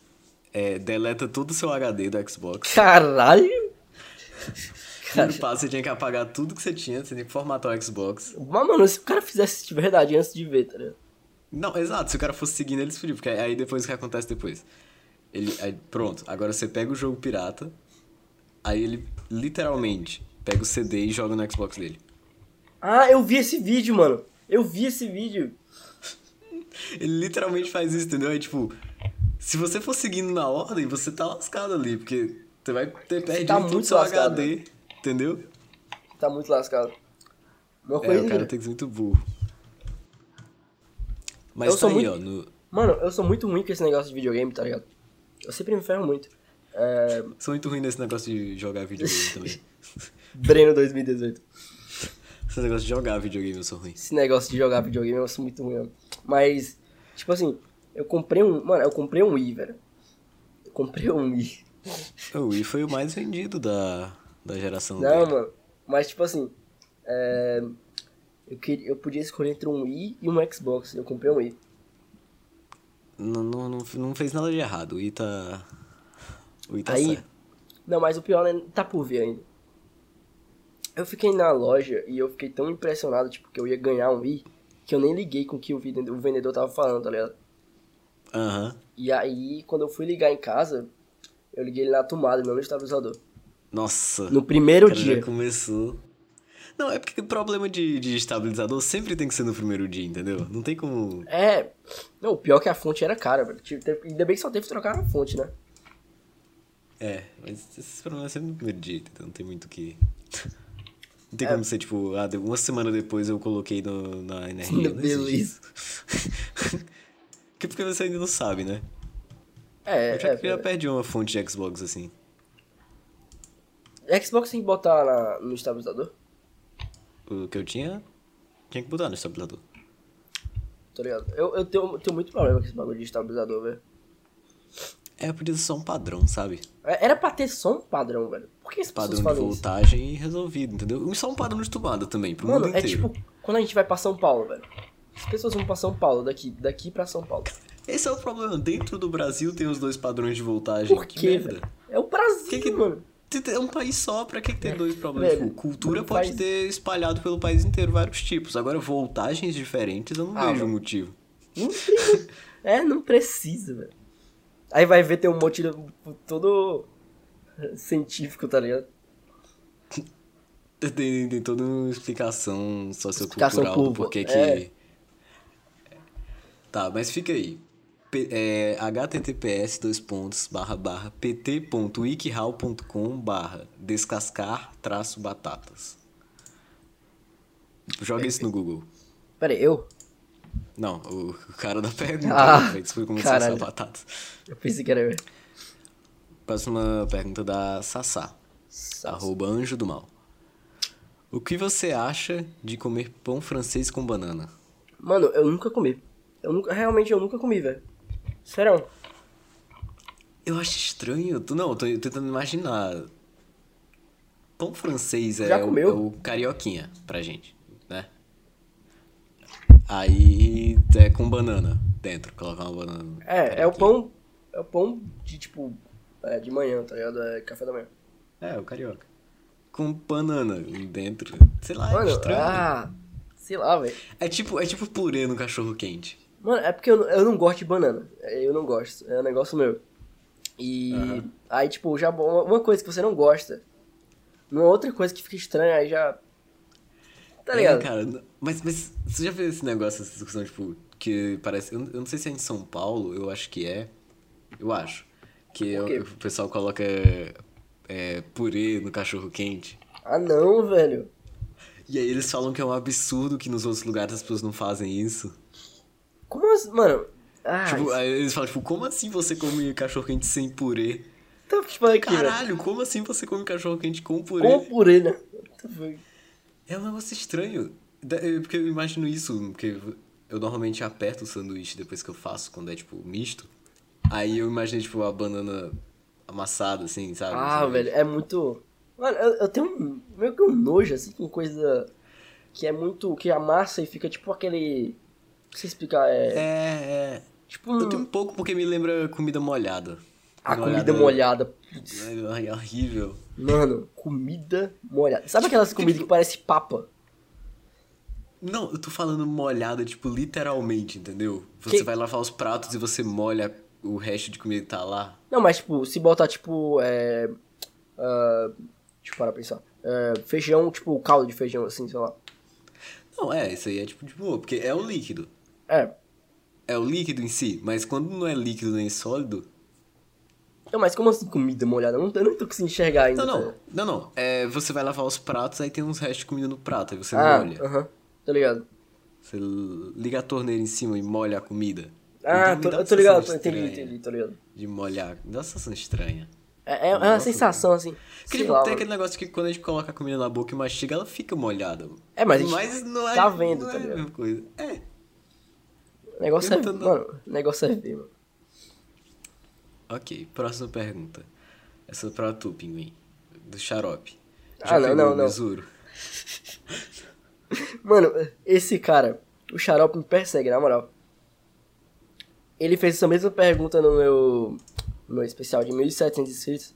S2: É, deleta todo o seu HD do Xbox.
S1: Caralho!
S2: Primeiro passo, você tinha que apagar tudo que você tinha, você tinha que formatar o Xbox.
S1: Mas, mano, se o cara fizesse de verdade antes de ver, tá ligado?
S2: Não, exato, se o cara fosse seguindo, ele explodiu, porque aí depois o que acontece depois? Ele, aí, pronto, agora você pega o jogo pirata, aí ele literalmente pega o CD e joga no Xbox dele.
S1: Ah, eu vi esse vídeo, mano! Eu vi esse vídeo!
S2: Ele literalmente faz isso, entendeu? É tipo, se você for seguindo na ordem, você tá lascado ali, porque você vai ter perdido
S1: tá
S2: todo
S1: muito
S2: o seu
S1: lascado,
S2: HD, entendeu?
S1: Tá muito lascado. Uma
S2: É,
S1: coisa
S2: o cara tem que ser muito burro. Mas
S1: Eu
S2: tá
S1: sou
S2: aí,
S1: muito-
S2: ó, no-
S1: Mano, eu sou muito ruim com esse negócio de videogame, tá ligado? Eu sempre me ferro muito. É...
S2: sou muito ruim nesse negócio de jogar videogame também.
S1: Breno 2018.
S2: Esse negócio de jogar videogame eu sou ruim.
S1: Esse negócio de jogar videogame eu sou muito ruim. mano. Mas, tipo assim, eu comprei um. Mano, eu comprei um Wii, velho. Eu comprei um Wii.
S2: O Wii foi o mais vendido da, da geração
S1: Não,
S2: dele.
S1: mano. Mas, tipo assim. é, Eu, queria, eu podia escolher entre um Wii e um Xbox. Eu comprei um Wii.
S2: Não, não, não, não fez nada de errado. O Wii tá. O Wii tá
S1: Aí-
S2: certo.
S1: Não, mas o pior né, tá por vir ainda. Eu fiquei na loja e eu fiquei tão impressionado, tipo, que eu ia ganhar um i que eu nem liguei com o que o vende- o vendedor tava falando, tá ligado?
S2: Aham.
S1: E aí, quando eu fui ligar em casa, eu liguei ele na tomada, não no estabilizador.
S2: Nossa.
S1: No primeiro
S2: o cara é já
S1: dia.
S2: começou. Não, é porque o problema de, de estabilizador sempre tem que ser no primeiro dia, entendeu? Não tem como.
S1: É. Não, o pior é que a fonte era cara, velho. Tive- teve- Ainda bem que só teve que trocar a fonte, né?
S2: É, mas esses problemas sempre no primeiro dia, então não tem muito o que. Não
S1: É.
S2: tem como ser, tipo, ah, de- uma semana depois eu coloquei no, na energia. Não existe
S1: Beleza.
S2: isso. que porque você ainda não sabe, né?
S1: É,
S2: Eu já,
S1: é,
S2: já perdi uma fonte de Xbox assim.
S1: é. Xbox tem que botar na- no estabilizador,
S2: O que eu tinha, tinha que botar no estabilizador.
S1: tá ligado? Eu, eu tenho, tenho muito problema com esse bagulho de estabilizador, velho.
S2: É, podia ser só um padrão, sabe?
S1: É, Era pra ter só um padrão, velho. Por que as pessoas
S2: Padrão de
S1: fazem isso?
S2: voltagem e resolvido, entendeu? E só um padrão de tomada também, pro
S1: Mano,
S2: mundo
S1: é
S2: inteiro.
S1: tipo quando a gente vai pra São Paulo, velho. As pessoas vão pra São Paulo, daqui, daqui pra São Paulo.
S2: Esse é o problema. Dentro do Brasil tem os dois padrões de voltagem.
S1: Por
S2: que
S1: quê,
S2: merda.
S1: velho? É o Brasil,
S2: Que que-
S1: mano.
S2: Tem- tem- É um país só, pra que que tem dois problemas?
S1: É. velho,
S2: Tipo, cultura
S1: um
S2: pode
S1: país-
S2: ter espalhado pelo país inteiro vários tipos. Agora, voltagens diferentes, eu não
S1: Ah,
S2: vejo
S1: mano.
S2: motivo.
S1: Não tem- é, não precisa, velho. Aí vai ver tem um monte de, todo científico, tá ligado?
S2: Tem, tem toda uma explicação sociocultural
S1: Explicação
S2: do
S1: culpa,
S2: porquê que...
S1: é.
S2: Tá, mas fica aí. P- é, https dois pontos barra barra pt.wikihow.com barra descascar traço batatas. Joga isso no Google.
S1: Pera aí, eu?
S2: Não, o, o cara da pergunta.
S1: Ah,
S2: Ah, foi como descascar
S1: caralho.
S2: batatas.
S1: Eu pensei que era eu.
S2: Próxima pergunta da Sassá, arroba anjo do mal. O que você acha de comer pão francês com banana?
S1: Mano, eu nunca comi. Eu nunca, realmente eu nunca comi, velho. Serão?
S2: Eu acho estranho. Tu não, eu tô tentando imaginar. Pão francês é,
S1: Já
S2: o,
S1: comeu?
S2: é o carioquinha pra gente, né? Aí é com banana dentro, colocar uma banana. no
S1: É, é o
S2: carioquinha.
S1: pão. É o pão de tipo. é, de manhã, tá ligado? É café da manhã.
S2: É, o carioca. Com banana dentro. Sei lá, é
S1: Mano,
S2: estranho.
S1: ah. Sei lá, velho.
S2: É tipo, é tipo purê no cachorro quente.
S1: Mano, é porque eu, não- eu não gosto de banana. Eu não gosto. É um negócio meu. E aí, tipo, já uma uma coisa que você não gosta. Uma outra coisa que fica estranha, aí já. Tá
S2: É,
S1: ligado?
S2: cara, n- mas, mas você já fez esse negócio, essa discussão, tipo, que parece. Eu n- eu não sei se é em São Paulo, eu acho que é. Eu acho. Que
S1: O quê?
S2: o, o pessoal coloca é, purê no cachorro quente.
S1: ah, não, velho.
S2: E aí eles falam que é um absurdo que nos outros lugares as pessoas não fazem isso.
S1: Como assim? Mano. Ah,
S2: tipo,
S1: isso-
S2: aí eles falam, tipo, como assim você come cachorro quente sem purê?
S1: tá tipo aqui, velho.
S2: Caralho, como assim você come cachorro quente com purê?
S1: Com purê, né? Tá, foi.
S2: É um negócio estranho. Da- é Porque eu imagino isso, porque eu normalmente aperto o sanduíche depois que eu faço, quando é tipo misto. Aí eu imaginei, tipo, a banana amassada, assim, sabe?
S1: Ah,
S2: Assim,
S1: velho, é muito. Mano, eu, eu tenho um, meio que um nojo, assim, com coisa que é muito. que amassa e fica tipo aquele. Não sei explicar, é.
S2: É, é.
S1: tipo
S2: Eu
S1: um,
S2: tenho um pouco porque me lembra comida molhada.
S1: a comida molhada. Putz,
S2: É, é horrível.
S1: Mano, comida molhada. Sabe aquelas comidas que parece papa?
S2: Não, eu tô falando molhada, tipo, literalmente, entendeu? Você
S1: Que-
S2: vai lavar os pratos e você molha o resto de comida que tá lá.
S1: Não, mas tipo, se botar tipo. É, ah, deixa eu parar pra pensar. É, feijão, tipo, caldo de feijão, assim, sei lá.
S2: Não, é, isso aí é tipo de boa, porque é o líquido.
S1: É.
S2: É o líquido em si, mas quando não é líquido nem sólido,
S1: Não, mas como assim comida molhada? Eu não, eu não tô conseguindo enxergar ainda.
S2: Não, Então não,
S1: tá?
S2: não, não. É, você vai lavar os pratos, aí tem uns restos de comida no prato, aí você
S1: Ah,
S2: Então molha.
S1: aham. Tá ligado?
S2: Você liga a torneira em cima e molha a comida.
S1: Ah,
S2: Então me
S1: tô,
S2: dá
S1: eu
S2: uma
S1: tô ligado, tô,
S2: sensação
S1: entendi,
S2: estranha
S1: entendi, tô ligado.
S2: De molhar. Me Dá uma sensação estranha.
S1: É, é- é uma
S2: Nossa,
S1: sensação assim.
S2: Porque
S1: sei
S2: tipo,
S1: lá,
S2: tem
S1: mano.
S2: aquele negócio que quando a gente coloca a comida na boca e mastiga, ela fica molhada.
S1: É, mas a gente
S2: não é,
S1: tá vendo,
S2: não
S1: tá
S2: é a
S1: ligado?
S2: mesma coisa. É.
S1: O negócio é.
S2: eu tô dando-
S1: Mano, o negócio é ver, mano.
S2: Ok, próxima pergunta. Essa é pra tu, pinguim. Do xarope.
S1: Ah,
S2: Já
S1: não,
S2: pegou
S1: não,
S2: o
S1: não.
S2: Mesuro?
S1: Mano, esse cara, o xarope me persegue, na moral. Ele fez essa mesma pergunta no meu, no meu especial de 1.700 inscritos.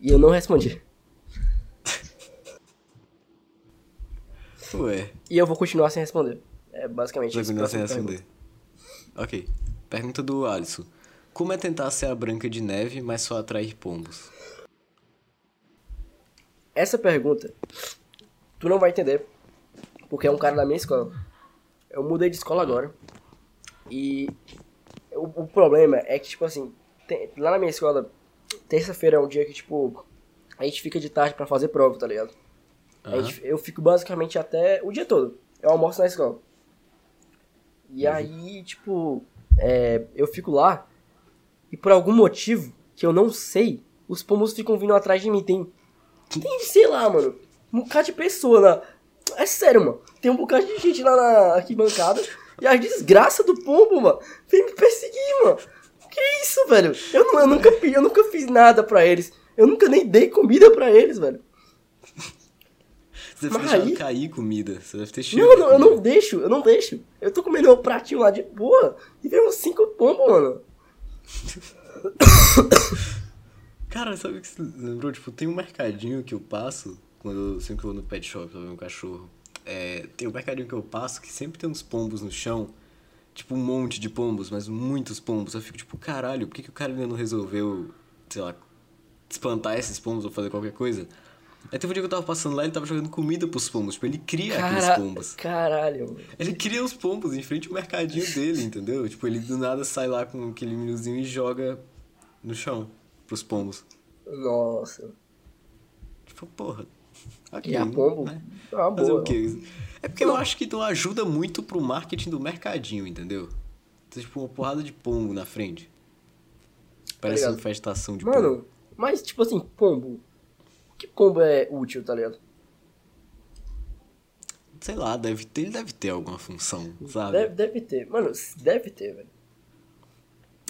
S1: E eu não respondi.
S2: Ué,
S1: E eu vou continuar sem responder. É basicamente
S2: vai
S1: isso.
S2: continuar sem
S1: próxima pergunta.
S2: responder. um Ok. Pergunta do Alisson. Como é tentar ser a Branca de Neve, mas só atrair pombos?
S1: Essa pergunta Tu não vai entender, porque é um cara da minha escola. Eu mudei de escola agora. E o, o problema é que, tipo assim, tem- lá na minha escola, terça-feira é um dia que, tipo, a gente fica de tarde pra fazer prova, tá ligado? A
S2: Aham.
S1: gente- eu fico basicamente até o dia todo. Eu almoço na escola. E aí, tipo, é, eu fico lá e por algum motivo que eu não sei, os pombos ficam vindo atrás de mim. Tem, tem sei lá, mano, um bocado de pessoa lá. É sério, mano. Tem um bocado de gente lá na arquibancada e a desgraça do pombo, mano, vem me perseguir, mano. Que isso, velho? Eu, não- eu nunca, fi- eu nunca fiz nada pra eles. Eu nunca nem dei comida pra eles, velho.
S2: Você deve ter
S1: Mas
S2: deixado
S1: aí-
S2: cair comida. Você deve ter cheiro.
S1: Não,
S2: de
S1: não, eu
S2: comida.
S1: não deixo, eu não deixo. Eu tô comendo meu pratinho lá de boa e vem uns cinco pombos, mano.
S2: Cara, sabe o que você lembrou? Tipo, tem um mercadinho que eu passo, quando eu sempre vou no pet shop pra ver um cachorro. É, tem um mercadinho que eu passo que sempre tem uns pombos no chão. Tipo, um monte de pombos, mas muitos pombos. Eu fico tipo, caralho, por que, que o cara ainda não resolveu, sei lá, espantar esses pombos ou fazer qualquer coisa? Aí teve um dia que eu tava passando lá e ele tava jogando comida pros pombos. Tipo, ele cria aqueles
S1: Cara...
S2: pombos.
S1: Caralho, mano.
S2: Ele cria os pombos em frente ao mercadinho dele, entendeu? Tipo, ele do nada sai lá com aquele minuzinho e joga no chão pros pombos.
S1: Nossa.
S2: Tipo, porra. ok,
S1: E a pombo?
S2: né?
S1: É uma
S2: Fazer
S1: boa.
S2: o quê? É porque eu acho que não ajuda muito pro marketing do mercadinho, entendeu? Tem, tipo, uma porrada de pombo na frente. Parece
S1: ligado.
S2: uma festação de pombo.
S1: Mano, mas tipo assim, pombo. Que pombo é útil, tá ligado?
S2: Sei lá, deve ter, ele deve ter alguma função, sabe?
S1: Deve, deve ter. Mano, deve ter, velho.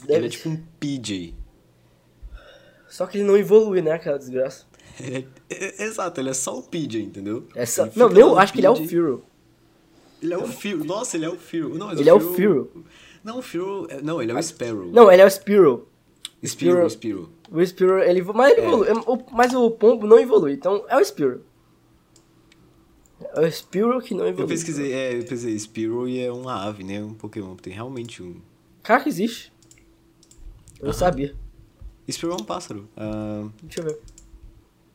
S2: Ele
S1: Deve
S2: é tipo um PJ.
S1: Só que ele não evolui, né, aquela desgraça.
S2: Ele é- é- exato, ele é só o PJ, entendeu?
S1: Essa...
S2: Ele
S1: É Não,
S2: É, fica lá
S1: eu
S2: no
S1: acho que ele é o
S2: PJ.
S1: Firo.
S2: Ele é o Firo. Nossa, ele é o Firo. Não, mas
S1: Ele é o
S2: Firo. Não, o Firo. é- Não, ele é o Sparrow.
S1: Não, ele é o Spiro.
S2: Spiro,
S1: Spiro.
S2: Spiro.
S1: O Spiro, ele evolui.
S2: É.
S1: Mas, ele evolui. O- mas o pombo não evolui, então é o Spiro. É o Spiro que não evolui.
S2: Eu pesquisei, é, eu pesquisei Spiro e é uma ave, né? Um Pokémon. Tem realmente um.
S1: Cara, que existe. Eu
S2: Ah.
S1: não sabia.
S2: Spiro é um pássaro. Ah,
S1: Deixa eu ver.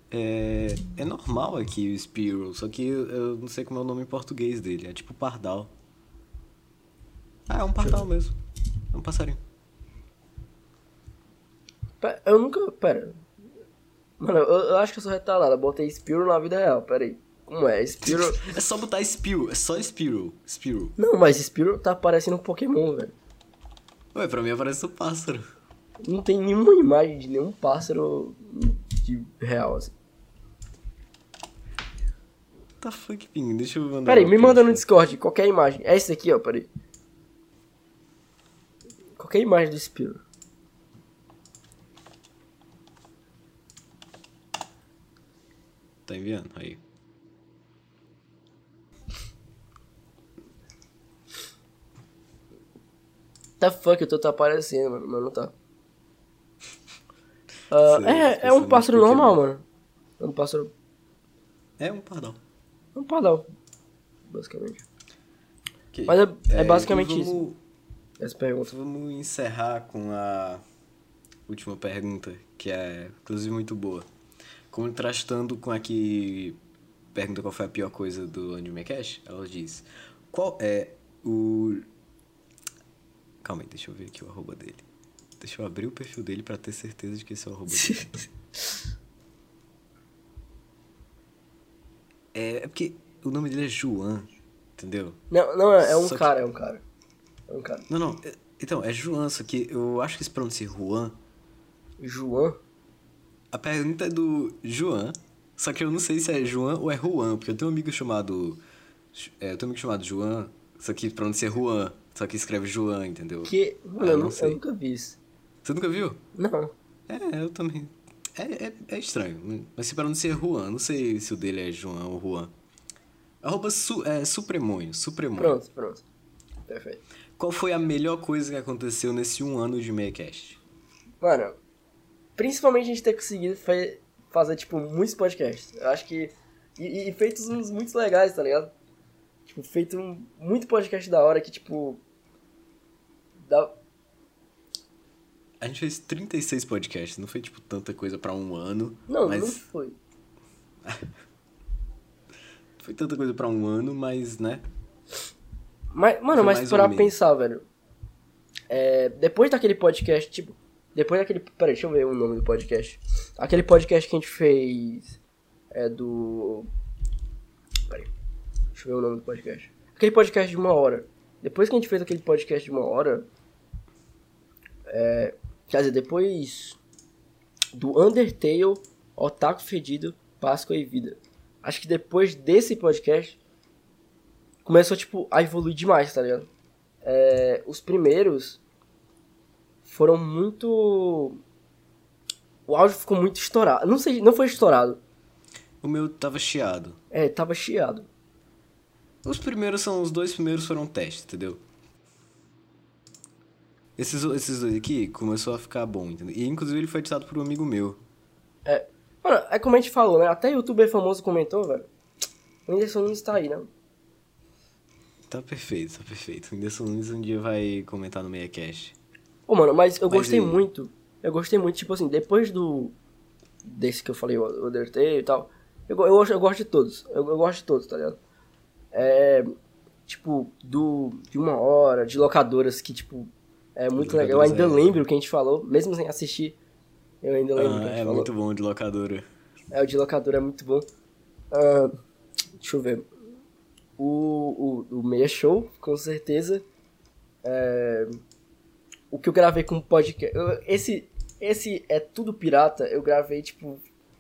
S2: é, é normal aqui o Spiro, só que eu, eu não sei como é o nome em português dele. É tipo pardal. Ah, é um pardal mesmo. É um passarinho.
S1: Pe- Eu nunca. Pera. Mano, eu, eu acho que eu sou retalado. Eu Botei Spiro na vida real. Pera aí. Como é? Spiro.
S2: É só botar Spiro, é só Spiro. Spiro.
S1: Não, mas Spiro tá parecendo um Pokémon, velho.
S2: Ué, pra mim aparece um pássaro.
S1: Não tem nenhuma imagem de nenhum pássaro de real, assim.
S2: What the fuck, Ping? Deixa eu mandar.
S1: Pera aí,
S2: uma
S1: me manda no
S2: print.
S1: Discord qualquer imagem. É esse aqui, ó, pera aí. Qualquer imagem do Spiro.
S2: Tá enviando? Aí.
S1: Tá fuck, eu tô tá aparecendo, mano, mas não tá. Ah,
S2: Sei,
S1: é, é
S2: esqueci
S1: um
S2: do
S1: pássaro
S2: Pokémon.
S1: normal, mano. É um pássaro.
S2: É um pardal.
S1: É um padal. Basicamente. Mas é- é basicamente
S2: isso.
S1: Essa pergunta.
S2: Vamos encerrar com a última pergunta, que é inclusive muito boa. Contrastando com a que pergunta qual foi a pior coisa do Anime Cash, ela diz: Qual é o. Calma aí, deixa eu ver aqui o arroba dele. Deixa eu abrir o perfil dele pra ter certeza de que esse é o arroba dele. É, é porque o nome dele é João, entendeu?
S1: Não, não, é, é um
S2: Só que-
S1: cara, é um cara. É um cara.
S2: Não, não. é- Então, é Juan, só que eu acho que se pronuncia Juan.
S1: João?
S2: A pergunta é do Juan, só que eu não sei se é Juan ou é Juan, porque eu tenho um amigo chamado. É, eu tenho um amigo chamado Juan, só que pronuncia Juan, só que escreve Juan, entendeu?
S1: Que. Mano,
S2: Ah,
S1: eu,
S2: não
S1: nu- eu
S2: sei.
S1: nunca vi isso.
S2: Você nunca viu?
S1: Não.
S2: É, eu também. É, é, é estranho, mas se pronuncia Juan, não sei se o dele é Juan ou Juan. Arroba su, é, Supremonho, Supremonho.
S1: Pronto, pronto. Perfeito.
S2: Qual foi a melhor coisa que aconteceu nesse um ano de Meiacast?
S1: Mano, principalmente a gente ter conseguido fe- fazer, tipo, muitos podcasts. Eu acho que. E, e feitos uns muito legais, tá ligado? Tipo, feito um, muito podcast da hora que, tipo. Dá,
S2: A gente fez 36 podcasts, não foi tipo tanta coisa pra um ano.
S1: Não,
S2: mas
S1: não foi.
S2: Foi tanta coisa pra um ano, mas, né?
S1: Mas, mano,
S2: Foi
S1: mas
S2: mais
S1: pra
S2: ou menos.
S1: pensar, velho. é, depois daquele podcast, tipo. Depois daquele. Peraí, deixa eu ver o nome do podcast. Aquele podcast que a gente fez. É do. Peraí. Deixa eu ver o nome do podcast. Aquele podcast de uma hora. Depois que a gente fez aquele podcast de uma hora. É, quer dizer, depois. Do Undertale, Otaku Fedido, Páscoa e Vida. Acho que depois desse podcast começou, tipo, a evoluir demais, tá ligado? É, os primeiros foram muito. O áudio ficou muito estourado. Não sei, não foi estourado.
S2: O meu tava chiado.
S1: É, tava chiado.
S2: Os primeiros são. Os dois primeiros foram teste, entendeu? Esses, esses dois aqui começou a ficar bom, entendeu? E inclusive ele foi editado por um amigo meu.
S1: Mano, é como a gente falou, né? Até youtuber famoso comentou, velho. O Whindersson Nunes tá aí, né?
S2: Tá perfeito, tá perfeito. O Whindersson Nunes um dia vai comentar no MeiaCast.
S1: Ô, mano, mas eu
S2: Mas
S1: gostei
S2: e-
S1: muito. Eu gostei muito, tipo assim, depois do. Desse que eu falei, o Undertale e tal. Eu, go- eu, gosto- eu gosto de todos. Eu, eu gosto de todos, tá ligado? É. Tipo, do. De uma hora, de locadoras que, tipo. É muito legal. Eu
S2: Locadoras
S1: ainda
S2: é-
S1: lembro o que a gente falou, mesmo sem assistir. Eu ainda lembro o que
S2: Ah,
S1: a gente
S2: é
S1: falou.
S2: muito bom de locadora.
S1: É, o de locadora é muito bom. Ah, deixa eu ver. O, o, o Meia Show, com certeza. É, o que eu gravei com podcast. eu- Esse, esse é tudo pirata. Eu gravei, tipo,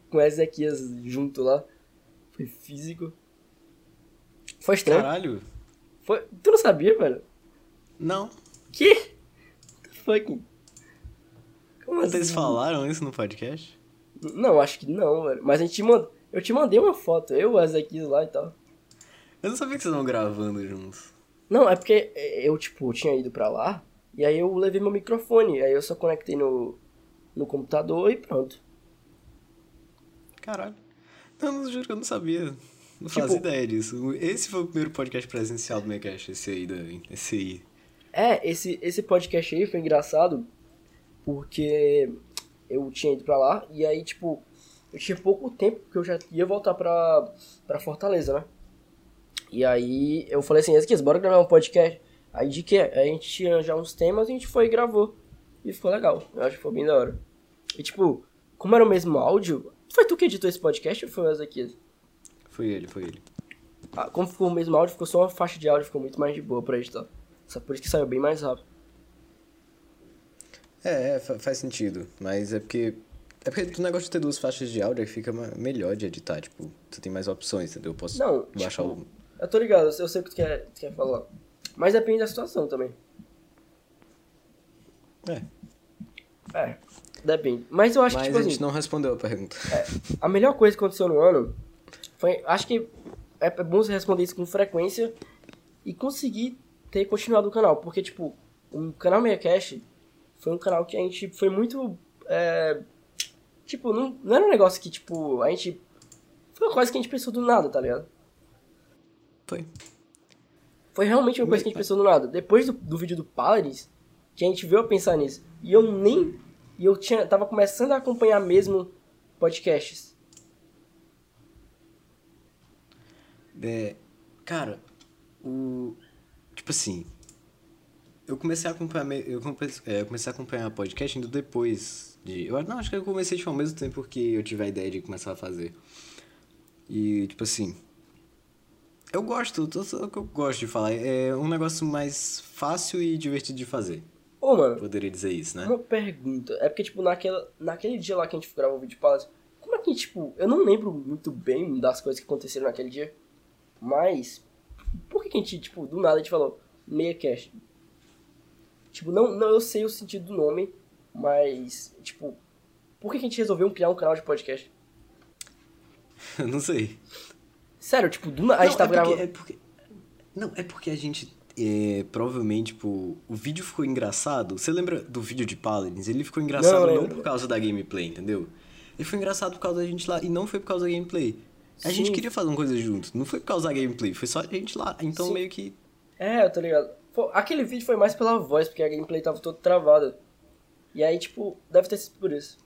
S1: com Ezequias junto lá. Foi físico. Foi estranho.
S2: Caralho?
S1: Foi... Tu não sabia, velho?
S2: Não.
S1: Que? Fucking. Como assim?
S2: Mas eles falaram isso no podcast?
S1: Não, acho que não, velho. Mas a gente manda... eu te mandei uma foto. Eu, o Ezequias lá e tal.
S2: Eu não sabia que vocês estavam gravando juntos.
S1: Não, é porque é, eu, tipo, tinha ido pra lá, e aí eu levei meu microfone, aí eu só conectei no, no computador e pronto.
S2: Caralho. Não, não juro que eu não sabia. Não
S1: Tipo-
S2: fazia ideia disso. Esse foi o primeiro podcast presencial do MeiaCast, esse aí, da, esse aí.
S1: É, esse, esse podcast aí foi engraçado, porque eu tinha ido pra lá, e aí, tipo, eu tinha pouco tempo, porque eu já ia voltar pra, pra Fortaleza, né? E aí eu falei assim, Ezequias, bora gravar um podcast. Aí de que? A gente tinha já uns temas e a gente foi e gravou. E ficou legal. Eu acho que foi bem da hora. E tipo, como era o mesmo áudio, foi tu que editou esse podcast ou foi o Ezequias?
S2: Foi ele, foi ele.
S1: Ah, como ficou o mesmo áudio, ficou só uma faixa de áudio, ficou muito mais de boa pra editar. Só por isso que saiu bem mais rápido.
S2: É, é, fa- faz sentido. Mas é porque. É porque o negócio de ter duas faixas de áudio é que fica ma- melhor de editar, tipo, tu tem mais opções, entendeu? Eu posso
S1: Não,
S2: baixar
S1: tipo,
S2: o.
S1: eu tô ligado, eu sei o que tu quer, tu quer falar. Mas depende da situação também.
S2: É.
S1: tipo É, depende. Mas eu acho
S2: Mas
S1: que, tipo
S2: a
S1: assim, É.
S2: gente não respondeu a pergunta.
S1: a melhor coisa que aconteceu no ano foi. Acho que é é bom você responder isso com frequência e conseguir ter continuado o canal. Porque, tipo, o canal MeiaCast foi um canal que a gente foi muito. é, tipo, não, não era um negócio que, tipo, a gente. Foi uma coisa que a gente pensou do nada, tá ligado?
S2: Foi.
S1: Foi realmente uma coisa que a gente pensou do nada. Depois do, do vídeo do Paladins, que a gente veio a pensar nisso. E eu nem. E eu tinha, tava começando a acompanhar mesmo podcasts.
S2: É, cara, o. Tipo assim. Eu comecei a acompanhar. me- Eu comecei, é, eu comecei a acompanhar podcast indo depois de. Eu, não, acho que eu comecei tipo, ao mesmo tempo que eu tive a ideia de começar a fazer. E, tipo assim. Eu gosto, tô- tô- o que eu gosto de falar. É um negócio mais fácil e divertido de fazer.
S1: Ô, mano,
S2: Eu poderia dizer isso, né?
S1: Uma pergunta. É porque, tipo, naquela, naquele dia lá que a gente gravou o vídeo de Palace, como é que, tipo, eu não lembro muito bem das coisas que aconteceram naquele dia, mas por que, que a gente, tipo, do nada a gente falou meia cast? Tipo, não, não eu sei o sentido do nome, mas, tipo, por que, que a gente resolveu criar um canal de podcast?
S2: Eu não sei.
S1: Sério, tipo, do nada a gente
S2: não,
S1: tava
S2: é porque,
S1: gravando.
S2: é porque- Não, é porque a gente. é, provavelmente, tipo, o vídeo ficou engraçado. Você lembra do vídeo de Paladins? Ele ficou engraçado
S1: Não,
S2: não,
S1: lembro.
S2: por causa da gameplay, entendeu? Ele foi engraçado por causa da gente lá e não foi por causa da gameplay. A gente
S1: Sim.
S2: queria fazer uma coisa junto, não foi por causa da gameplay, foi só a gente lá. Então
S1: Sim.
S2: meio que.
S1: É, eu tô ligado. Pô, aquele vídeo foi mais pela voz, porque a gameplay tava toda travada. E aí, tipo, deve ter sido por isso.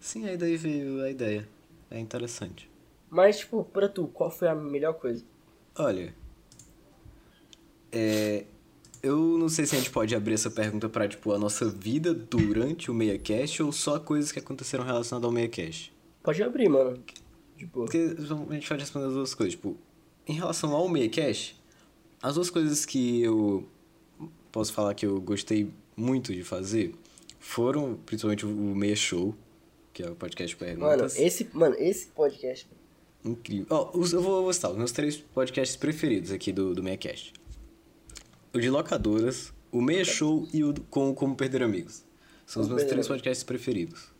S2: Sim, aí daí veio a ideia. É interessante.
S1: Mas, tipo, pra tu, qual foi a melhor coisa?
S2: Olha. É. Eu não sei se a gente pode abrir essa pergunta pra, tipo, a nossa vida durante o MeiaCast ou só coisas que aconteceram relacionadas ao MeiaCast.
S1: Pode abrir, mano. Tipo,
S2: Porque a gente pode responder as duas coisas. Tipo, em relação ao MeiaCast, as duas coisas que eu posso falar que eu gostei muito de fazer foram principalmente o Meia Show, que é o podcast
S1: mano,
S2: Perguntas.
S1: esse, mano, esse podcast.
S2: Incrível. Ó, os- eu vou vou citar os meus três podcasts preferidos aqui do, do MeiaCast. O de locadoras, o Meia Show e o do- com, Como Perder Amigos. São os
S1: Como
S2: meus
S1: Perder
S2: três
S1: Amigos.
S2: podcasts preferidos.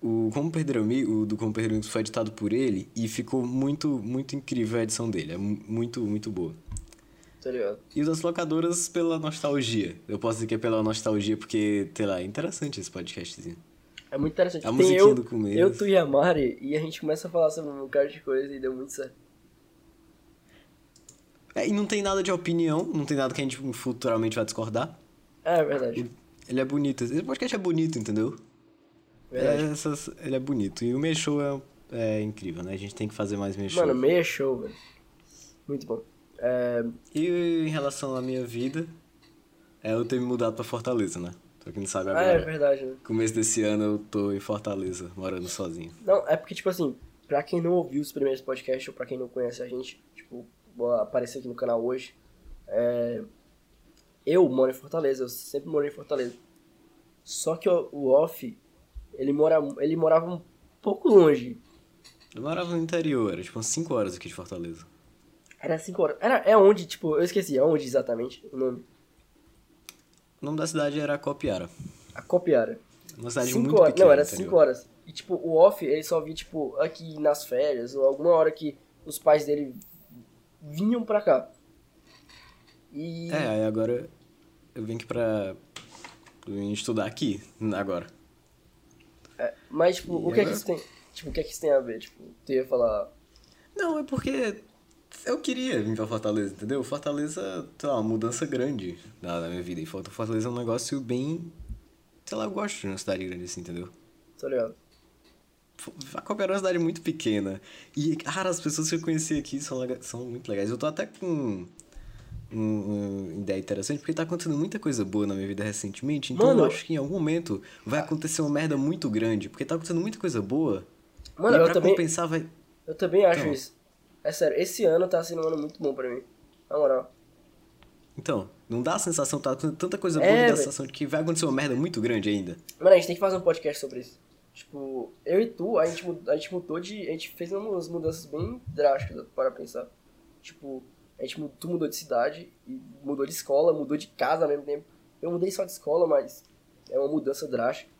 S2: O Como Perder Amigos, o do Como Perder Amigos foi editado por ele e ficou muito, muito incrível a edição dele. É mu- muito, muito boa.
S1: Tá ligado?
S2: E o das locadoras pela nostalgia. Eu posso dizer que é pela nostalgia porque, sei lá, é interessante esse podcastzinho.
S1: É muito interessante.
S2: A
S1: Tem
S2: musiquinha
S1: eu,
S2: do começo.
S1: eu, tu e a Mari, e a gente começa a falar sobre um bocado de coisa e deu muito certo.
S2: É, e não tem nada de opinião, não tem nada que a gente futuramente vai discordar.
S1: É, é verdade.
S2: Ele é bonito. Esse podcast é bonito, entendeu?
S1: verdade.
S2: É, essas- ele é bonito. E o Mexou é, é incrível, né? A gente tem que fazer mais Mexou.
S1: Mano, meia show, velho. Muito bom. É,
S2: E em relação à minha vida, é eu ter me mudado pra Fortaleza, né? Pra quem não sabe
S1: Ah, é
S2: agora.
S1: verdade, né?
S2: Começo desse ano eu tô em Fortaleza, morando sozinho.
S1: Não, é porque, tipo assim, pra quem não ouviu os primeiros podcasts ou pra quem não conhece a gente, tipo, vou aparecer aqui no canal hoje, é, eu moro em Fortaleza, eu sempre morei em Fortaleza. Só que o, o Off, ele, mora, ele morava um pouco longe.
S2: Eu morava no interior, era tipo umas 5 horas aqui de Fortaleza.
S1: Era 5 horas. Era, é onde, tipo, eu esqueci, é onde exatamente o nome.
S2: O nome da cidade era Copiara.
S1: A Copiara.
S2: Uma cidade
S1: Cinco
S2: muito
S1: horas.
S2: pequena.
S1: Não, era
S2: no interior.
S1: 5 horas. E tipo, o off, ele só via, tipo, aqui nas férias, ou alguma hora que os pais dele vinham pra cá. E.
S2: É, aí agora eu vim aqui pra vim estudar aqui, agora.
S1: Mas, tipo, o que
S2: E
S1: é que
S2: agora?
S1: isso tem. Tipo, o que é que isso tem a ver? Tipo, tu ia falar.
S2: Não, é porque eu queria vir pra Fortaleza, entendeu? Fortaleza, sei lá, uma mudança grande na, na minha vida. E Fort- Fortaleza é um negócio bem. Sei lá, eu gosto de uma cidade grande assim, entendeu?
S1: Tá ligado?
S2: F- A Copiara é uma cidade muito pequena. E, cara, as pessoas que eu conheci aqui são, lega- são muito legais. Eu tô até com. um- uma ideia interessante, porque tá acontecendo muita coisa boa na minha vida recentemente, então
S1: Mano-
S2: eu acho que em algum momento vai acontecer uma merda muito grande, porque tá acontecendo muita coisa boa.
S1: Mano,
S2: e
S1: eu
S2: pra
S1: também,
S2: compensar vai.
S1: eu também acho
S2: Então.
S1: isso. É sério, esse ano tá sendo um ano muito bom pra mim. Na moral.
S2: Então, não dá a sensação, tá acontecendo tanta
S1: É,
S2: coisa boa que dá
S1: velho.
S2: a sensação de que vai acontecer uma merda muito grande ainda.
S1: Mano, a gente tem que fazer um podcast sobre isso. Tipo, eu e tu, a gente, mud- a gente mudou de. A gente fez umas mudanças bem drásticas para pensar. Tipo, a gente, mu- tu mudou de cidade, e mudou de escola, mudou de casa ao mesmo tempo. Eu mudei só de escola, mas é uma mudança drástica.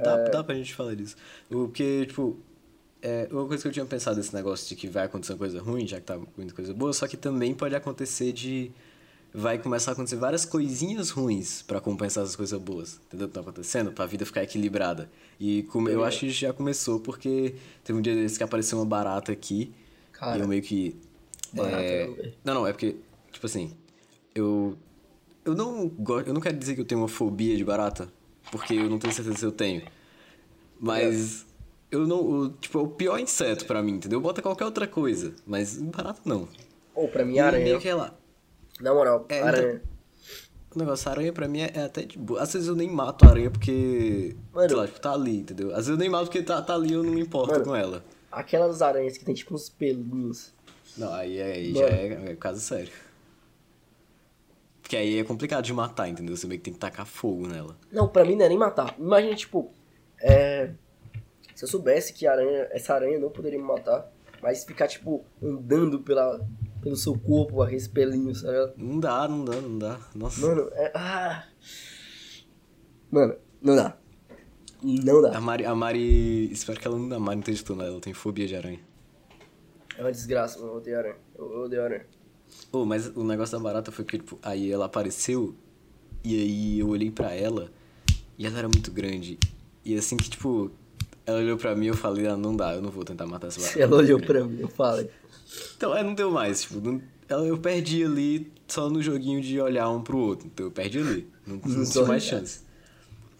S2: Dá,
S1: É.
S2: dá pra gente falar disso. O que, tipo, é, uma coisa que eu tinha pensado nesse negócio de que vai acontecer uma coisa ruim, já que tá muita coisa boa, só que também pode acontecer de. Vai começar a acontecer várias coisinhas ruins pra compensar as coisas boas, entendeu? Que tá acontecendo, pra vida ficar equilibrada. E como
S1: É.
S2: eu acho que já começou, porque teve um dia desses que apareceu uma barata aqui.
S1: Cara.
S2: E eu meio que.
S1: Barata,
S2: é,
S1: não, velho.
S2: Não, não, é porque, tipo assim, eu. Eu não gosto. Eu não quero dizer que eu tenho uma fobia de barata, porque eu não tenho certeza se eu tenho. Mas. Eu não. o- tipo, é o pior inseto pra mim, entendeu? Bota qualquer outra coisa, mas barata não.
S1: Ou pra mim,
S2: E meio
S1: aranha.
S2: que ela.
S1: Na moral,
S2: É,
S1: aranha.
S2: O negócio, a aranha pra mim é é até de boa. Às vezes eu nem mato a aranha porque.
S1: Mano.
S2: Sei lá, tipo, tá ali, entendeu? Às vezes eu nem mato porque tá, tá ali e eu não me importo
S1: Mano.
S2: com ela.
S1: Aquelas aranhas que tem tipo uns pelinhos.
S2: Não, aí, aí
S1: Mano.
S2: já é, é caso sério. Porque aí é complicado de matar, entendeu? Você meio que tem que tacar fogo nela.
S1: Não, pra mim não é nem matar. Imagina, tipo, é, se eu soubesse que a aranha, essa aranha não poderia me matar, mas ficar, tipo, andando pela, pelo seu corpo, aqueles pelinhos, sabe?
S2: Não dá, não dá, não dá. Nossa.
S1: Mano, é. Ah. Mano, não dá. Não
S2: A
S1: dá.
S2: Mari, a Mari. Espero que ela não, a Mari não esteja estudando, ela tem fobia de aranha.
S1: É uma desgraça, mano. Eu odeio aranha. Eu eu odeio aranha.
S2: Pô, mas o negócio da barata foi que, tipo, aí ela apareceu e aí eu olhei pra ela e ela era muito grande. E assim que, tipo, ela olhou pra mim eu falei, ah, não dá, eu não vou tentar matar essa barata.
S1: Ela olhou pra mim, eu falei.
S2: Então, é, não deu mais, tipo, não- ela- eu perdi ali só no joguinho de olhar um pro outro, então eu perdi ali, não, não
S1: Não
S2: tinha
S1: tô
S2: mais
S1: ligado.
S2: chance.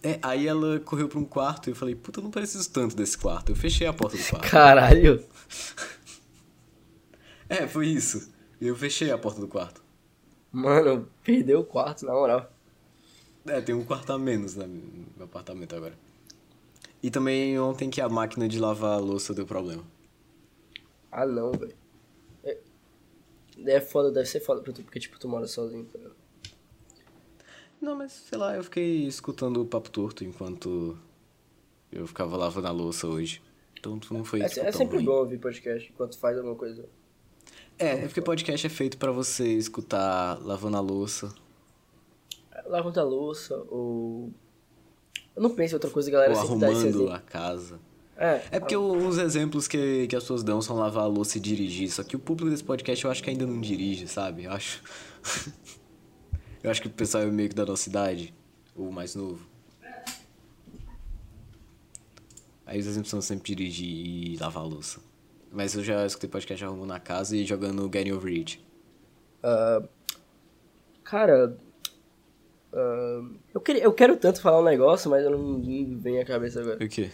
S2: É, aí ela correu pra um quarto e eu falei, puta, eu não preciso tanto desse quarto. Eu fechei a porta do quarto.
S1: Caralho.
S2: É, foi isso. Eu fechei a porta do quarto.
S1: Mano, perdeu o quarto, na moral.
S2: É, tem um quarto a menos na- no meu apartamento agora. E também ontem que a máquina de lavar a louça deu problema.
S1: Ah, não, velho. É, é foda, deve ser foda pra tu, porque, tipo, tu mora sozinho. tá ligado?
S2: Não, mas sei lá, eu fiquei escutando o papo torto enquanto eu ficava lavando a louça hoje. Então tu não foi
S1: É,
S2: tipo,
S1: é
S2: tão
S1: sempre
S2: ruim.
S1: bom ouvir podcast enquanto faz alguma coisa.
S2: É, é porque podcast é feito pra você escutar lavando a louça.
S1: Lavando a louça, ou... Eu não penso em outra coisa, galera,
S2: ou
S1: sempre dá esse
S2: arrumando
S1: exemplo.
S2: a casa.
S1: É,
S2: É porque os exemplos que, que as pessoas dão são lavar a louça e dirigir. Só que o público desse podcast eu acho que ainda não dirige, sabe? Eu acho. eu acho que o pessoal é meio que da nossa idade. Ou mais novo. Aí os exemplos são sempre dirigir e lavar a louça. Mas eu já escutei podcast arrumando a casa e jogando Getting Over It.
S1: ah, cara... ah, eu, queria, eu quero tanto falar um negócio, mas eu não, não vem à cabeça agora.
S2: O quê?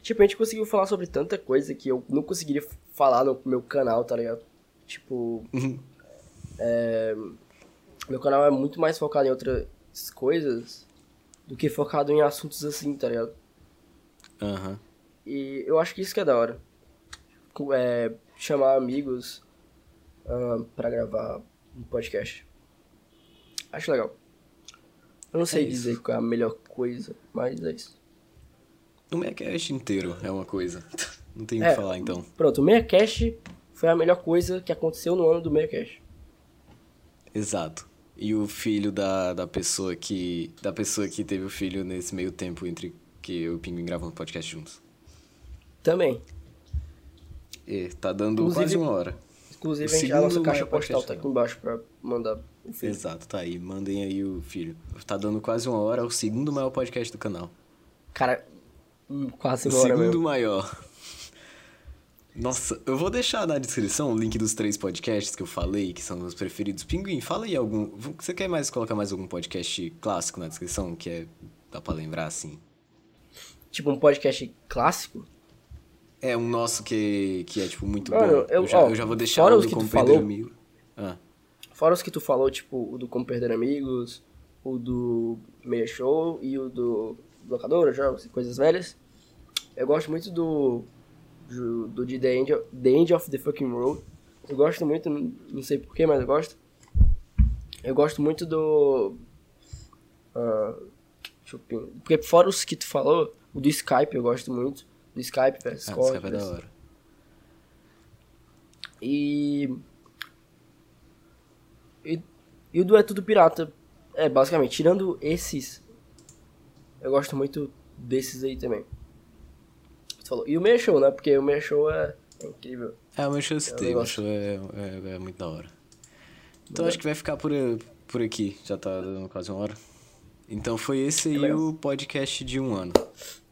S1: Tipo, a gente conseguiu falar sobre tanta coisa que eu não conseguiria f- falar no meu canal, tá ligado? Tipo.
S2: Uhum.
S1: é, meu canal é muito mais focado em outras coisas do que focado em assuntos assim, tá ligado?
S2: Aham.
S1: E eu acho que isso que é da hora. Co- É, chamar amigos ah, pra gravar um podcast. Acho legal. Eu não sei
S2: isso.
S1: dizer qual é a melhor coisa, mas é isso.
S2: O Mecast inteiro é uma coisa. Não tem o
S1: É.
S2: que falar então.
S1: Pronto, o MeiaCast foi a melhor coisa que aconteceu no ano do MeiaCast.
S2: Exato. E o filho da, da pessoa que. Da pessoa que teve o filho nesse meio tempo entre que eu e o Pinguim gravamos podcast juntos.
S1: Também.
S2: E tá dando
S1: Inclusive-
S2: quase uma hora.
S1: Inclusive,
S2: O
S1: a, gente- a nossa
S2: segundo
S1: caixa
S2: maior
S1: postal
S2: podcast,
S1: tá aqui
S2: né?
S1: embaixo pra mandar o filho.
S2: Exato, tá aí. Mandem aí o filho. Tá dando quase uma hora, é o segundo maior podcast do canal.
S1: Cara, hum, quase
S2: O
S1: uma hora
S2: segundo
S1: mesmo.
S2: maior. Nossa, eu vou deixar na descrição o link dos três podcasts que eu falei, que são meus preferidos. Pinguim, fala aí algum. Você quer mais colocar mais algum podcast clássico na descrição? Que é. dá pra lembrar assim.
S1: Tipo, um podcast clássico.
S2: É um nosso que, que é, tipo, muito
S1: Mano,
S2: bom.
S1: eu-
S2: já,
S1: ó,
S2: eu já vou deixar
S1: fora
S2: o
S1: os
S2: do
S1: que tu
S2: Como
S1: falou.
S2: Perder Amigo. Ah,
S1: Fora os que tu falou, tipo, o do Como Perder Amigos, o do Meia Show e o do Locadora, Jogos e Coisas Velhas. Eu gosto muito do. do, do de The End, of- the End of the Fucking Road. Eu gosto muito, não não sei porquê, mas eu gosto. Eu gosto muito do. ah, deixa eu pensar. Porque fora os que tu falou, o do Skype eu gosto muito. Do Skype, velho.
S2: ah
S1: Discord,
S2: Skype é da
S1: versus-
S2: hora.
S1: e... e. E o do É Tudo Pirata. É, basicamente, tirando esses. Eu gosto muito desses aí também. Tu falou. E o Meia Show, né? Porque o Meia Show é, é incrível.
S2: É, o meu show eu citei,
S1: Eu
S2: meu
S1: gosto.
S2: show é, é, é muito da hora. Então
S1: é.
S2: acho que vai ficar por, por aqui. Já tá dando quase uma hora. Então foi esse aí
S1: legal.
S2: o podcast de um ano.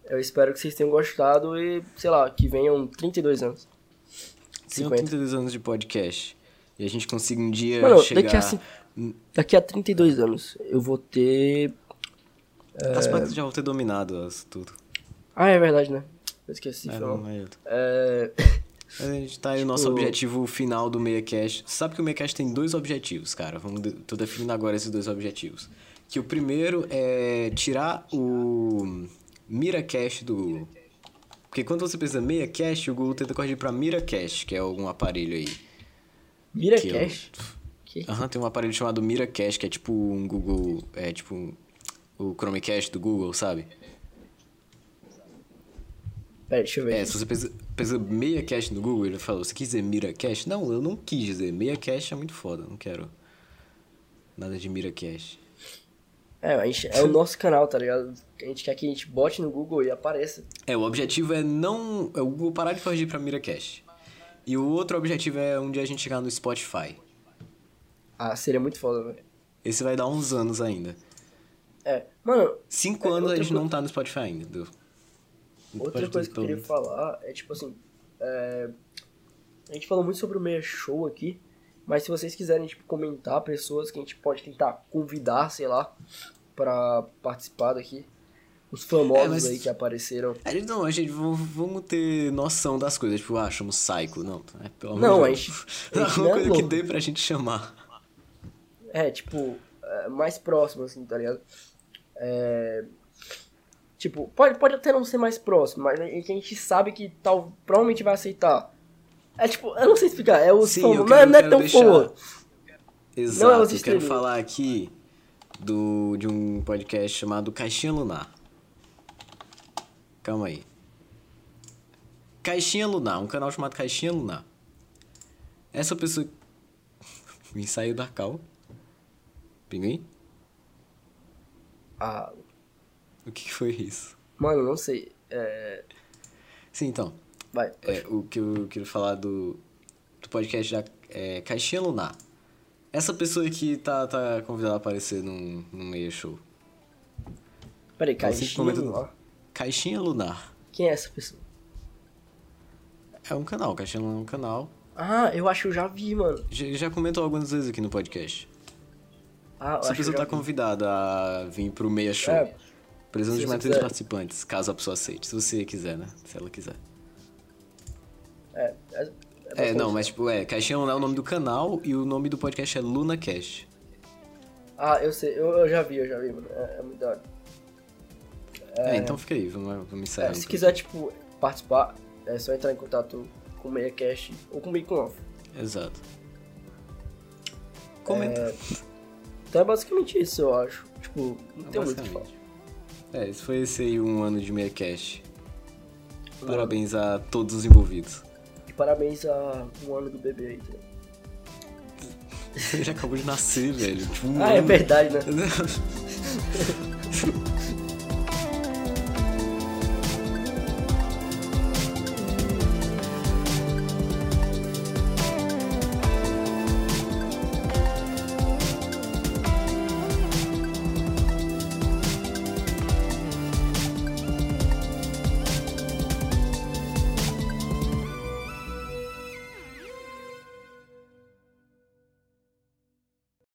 S1: Eu espero que vocês tenham gostado e, sei lá, que venham 32 anos.
S2: São
S1: 50.
S2: 32 anos de podcast. E a gente consiga um dia
S1: Mano,
S2: chegar...
S1: daqui a, cin- daqui a 32 anos eu vou ter.
S2: As partes já vão ter dominado as, tudo.
S1: Ah, é verdade, né? Eu esqueci.
S2: É,
S1: foi
S2: não,
S1: mal.
S2: é-
S1: É...
S2: Mas a gente tá aí o nosso objetivo final do MeiaCast. Sabe que o MeiaCast tem dois objetivos, cara. Vamos de... Tô definindo agora esses dois objetivos. Que o primeiro é tirar o MiraCast do Google. Porque quando você pensa MeiaCast, o Google tenta corrigir pra MiraCast, que é algum aparelho aí.
S1: Mira
S2: Que eu-
S1: Cash. Que?
S2: Aham, tem um aparelho chamado MiraCast, que é tipo um Google... É tipo um- o Chromecast do Google, sabe?
S1: Pera, deixa eu ver.
S2: É, se você pensa, pensa meia cash no Google, ele falou, você quis dizer mira cash? Não, eu não quis dizer. Meia cash é muito foda, não quero nada de mira cash.
S1: É, a gente, é o nosso canal, tá ligado? A gente quer que a gente bote no Google e apareça.
S2: É, o objetivo é não... É o Google parar de corrigir pra mira cash. E o outro objetivo é um dia a gente chegar no Spotify.
S1: Ah, seria muito foda, velho.
S2: Esse vai dar uns anos ainda.
S1: É, mano,
S2: Cinco
S1: É,
S2: anos a
S1: outra
S2: gente
S1: coisa-
S2: não tá no Spotify ainda. Du.
S1: outra
S2: Pode
S1: coisa
S2: ter
S1: que eu queria
S2: todo-
S1: falar é tipo assim. é, a gente falou muito sobre o Meia Show aqui, mas se vocês quiserem tipo, comentar pessoas que a gente pode tentar convidar, sei lá, pra participar daqui, Os famosos
S2: É, mas-
S1: aí que apareceram.
S2: A gente É, não, a gente v- vamos ter noção das coisas. Tipo, ah, chama o Psycho. Não, é pelo
S1: Não,
S2: amor
S1: a
S2: de
S1: gente-
S2: Deus.
S1: a gente
S2: Alguma
S1: não é
S2: coisa que
S1: louco.
S2: dê pra gente chamar.
S1: É, tipo, é, mais próximo, assim, tá ligado? É, tipo, pode, pode até não ser mais próximo, mas a gente sabe que tal, provavelmente vai aceitar. É tipo, eu não sei explicar, é o
S2: Sim,
S1: famoso-
S2: eu
S1: não, é-
S2: quero-
S1: não é
S2: quero
S1: tão
S2: deixar-
S1: famoso. os
S2: Exato. eu quero
S1: streaming.
S2: falar aqui do, de um podcast chamado Caixinha Lunar. Calma aí. Caixinha Lunar, um canal chamado Caixinha Lunar. Essa pessoa. O ensaio da Cal. Pinguim?
S1: Ah,
S2: O que que foi isso?
S1: mano, não sei. É,
S2: Sim, então.
S1: vai.
S2: É, o que eu quero falar do, do podcast da é, Caixinha Lunar. Essa pessoa que tá, tá convidada a aparecer num, num meia show.
S1: Peraí,
S2: Então, vocês
S1: Caixinha
S2: comentam-
S1: Lunar.
S2: Caixinha Lunar.
S1: Quem é essa pessoa?
S2: É um canal, Caixinha Lunar é um canal.
S1: Ah, eu acho que eu já vi, mano.
S2: Já, já comentou algumas vezes aqui no podcast.
S1: Ah, eu
S2: Essa
S1: acho que eu
S2: pessoa
S1: já
S2: tá
S1: vi.
S2: convidada a vir pro meia show.
S1: É. Se
S2: Precisamos de
S1: você
S2: mais três
S1: quiser.
S2: participantes, caso a pessoa aceite. Se você quiser, né? Se ela quiser.
S1: É, é,
S2: É,
S1: bastante.
S2: não, mas tipo, é, Caixinha Lunar é o nome do canal e o nome do podcast é Luna Cash.
S1: Ah, eu sei, eu, eu já vi, eu já vi, mano. É, é muito da hora.
S2: É, então fica aí, vamos, vamos
S1: É,
S2: encerrar.
S1: se
S2: então.
S1: quiser, tipo, participar, é só entrar em contato com o MeiaCast ou com o Bacon Off.
S2: Exato. É, Comenta.
S1: É, Então é basicamente isso, eu acho. Tipo, não tem muito o que falar.
S2: basicamente. É, esse foi esse aí um ano de meia cash.
S1: Um
S2: Parabéns a todos os envolvidos.
S1: E parabéns a um ano do bebê aí, tá ligado?
S2: Ele acabou de nascer, velho. Tipo, um
S1: Ah, é
S2: ano.
S1: verdade, né?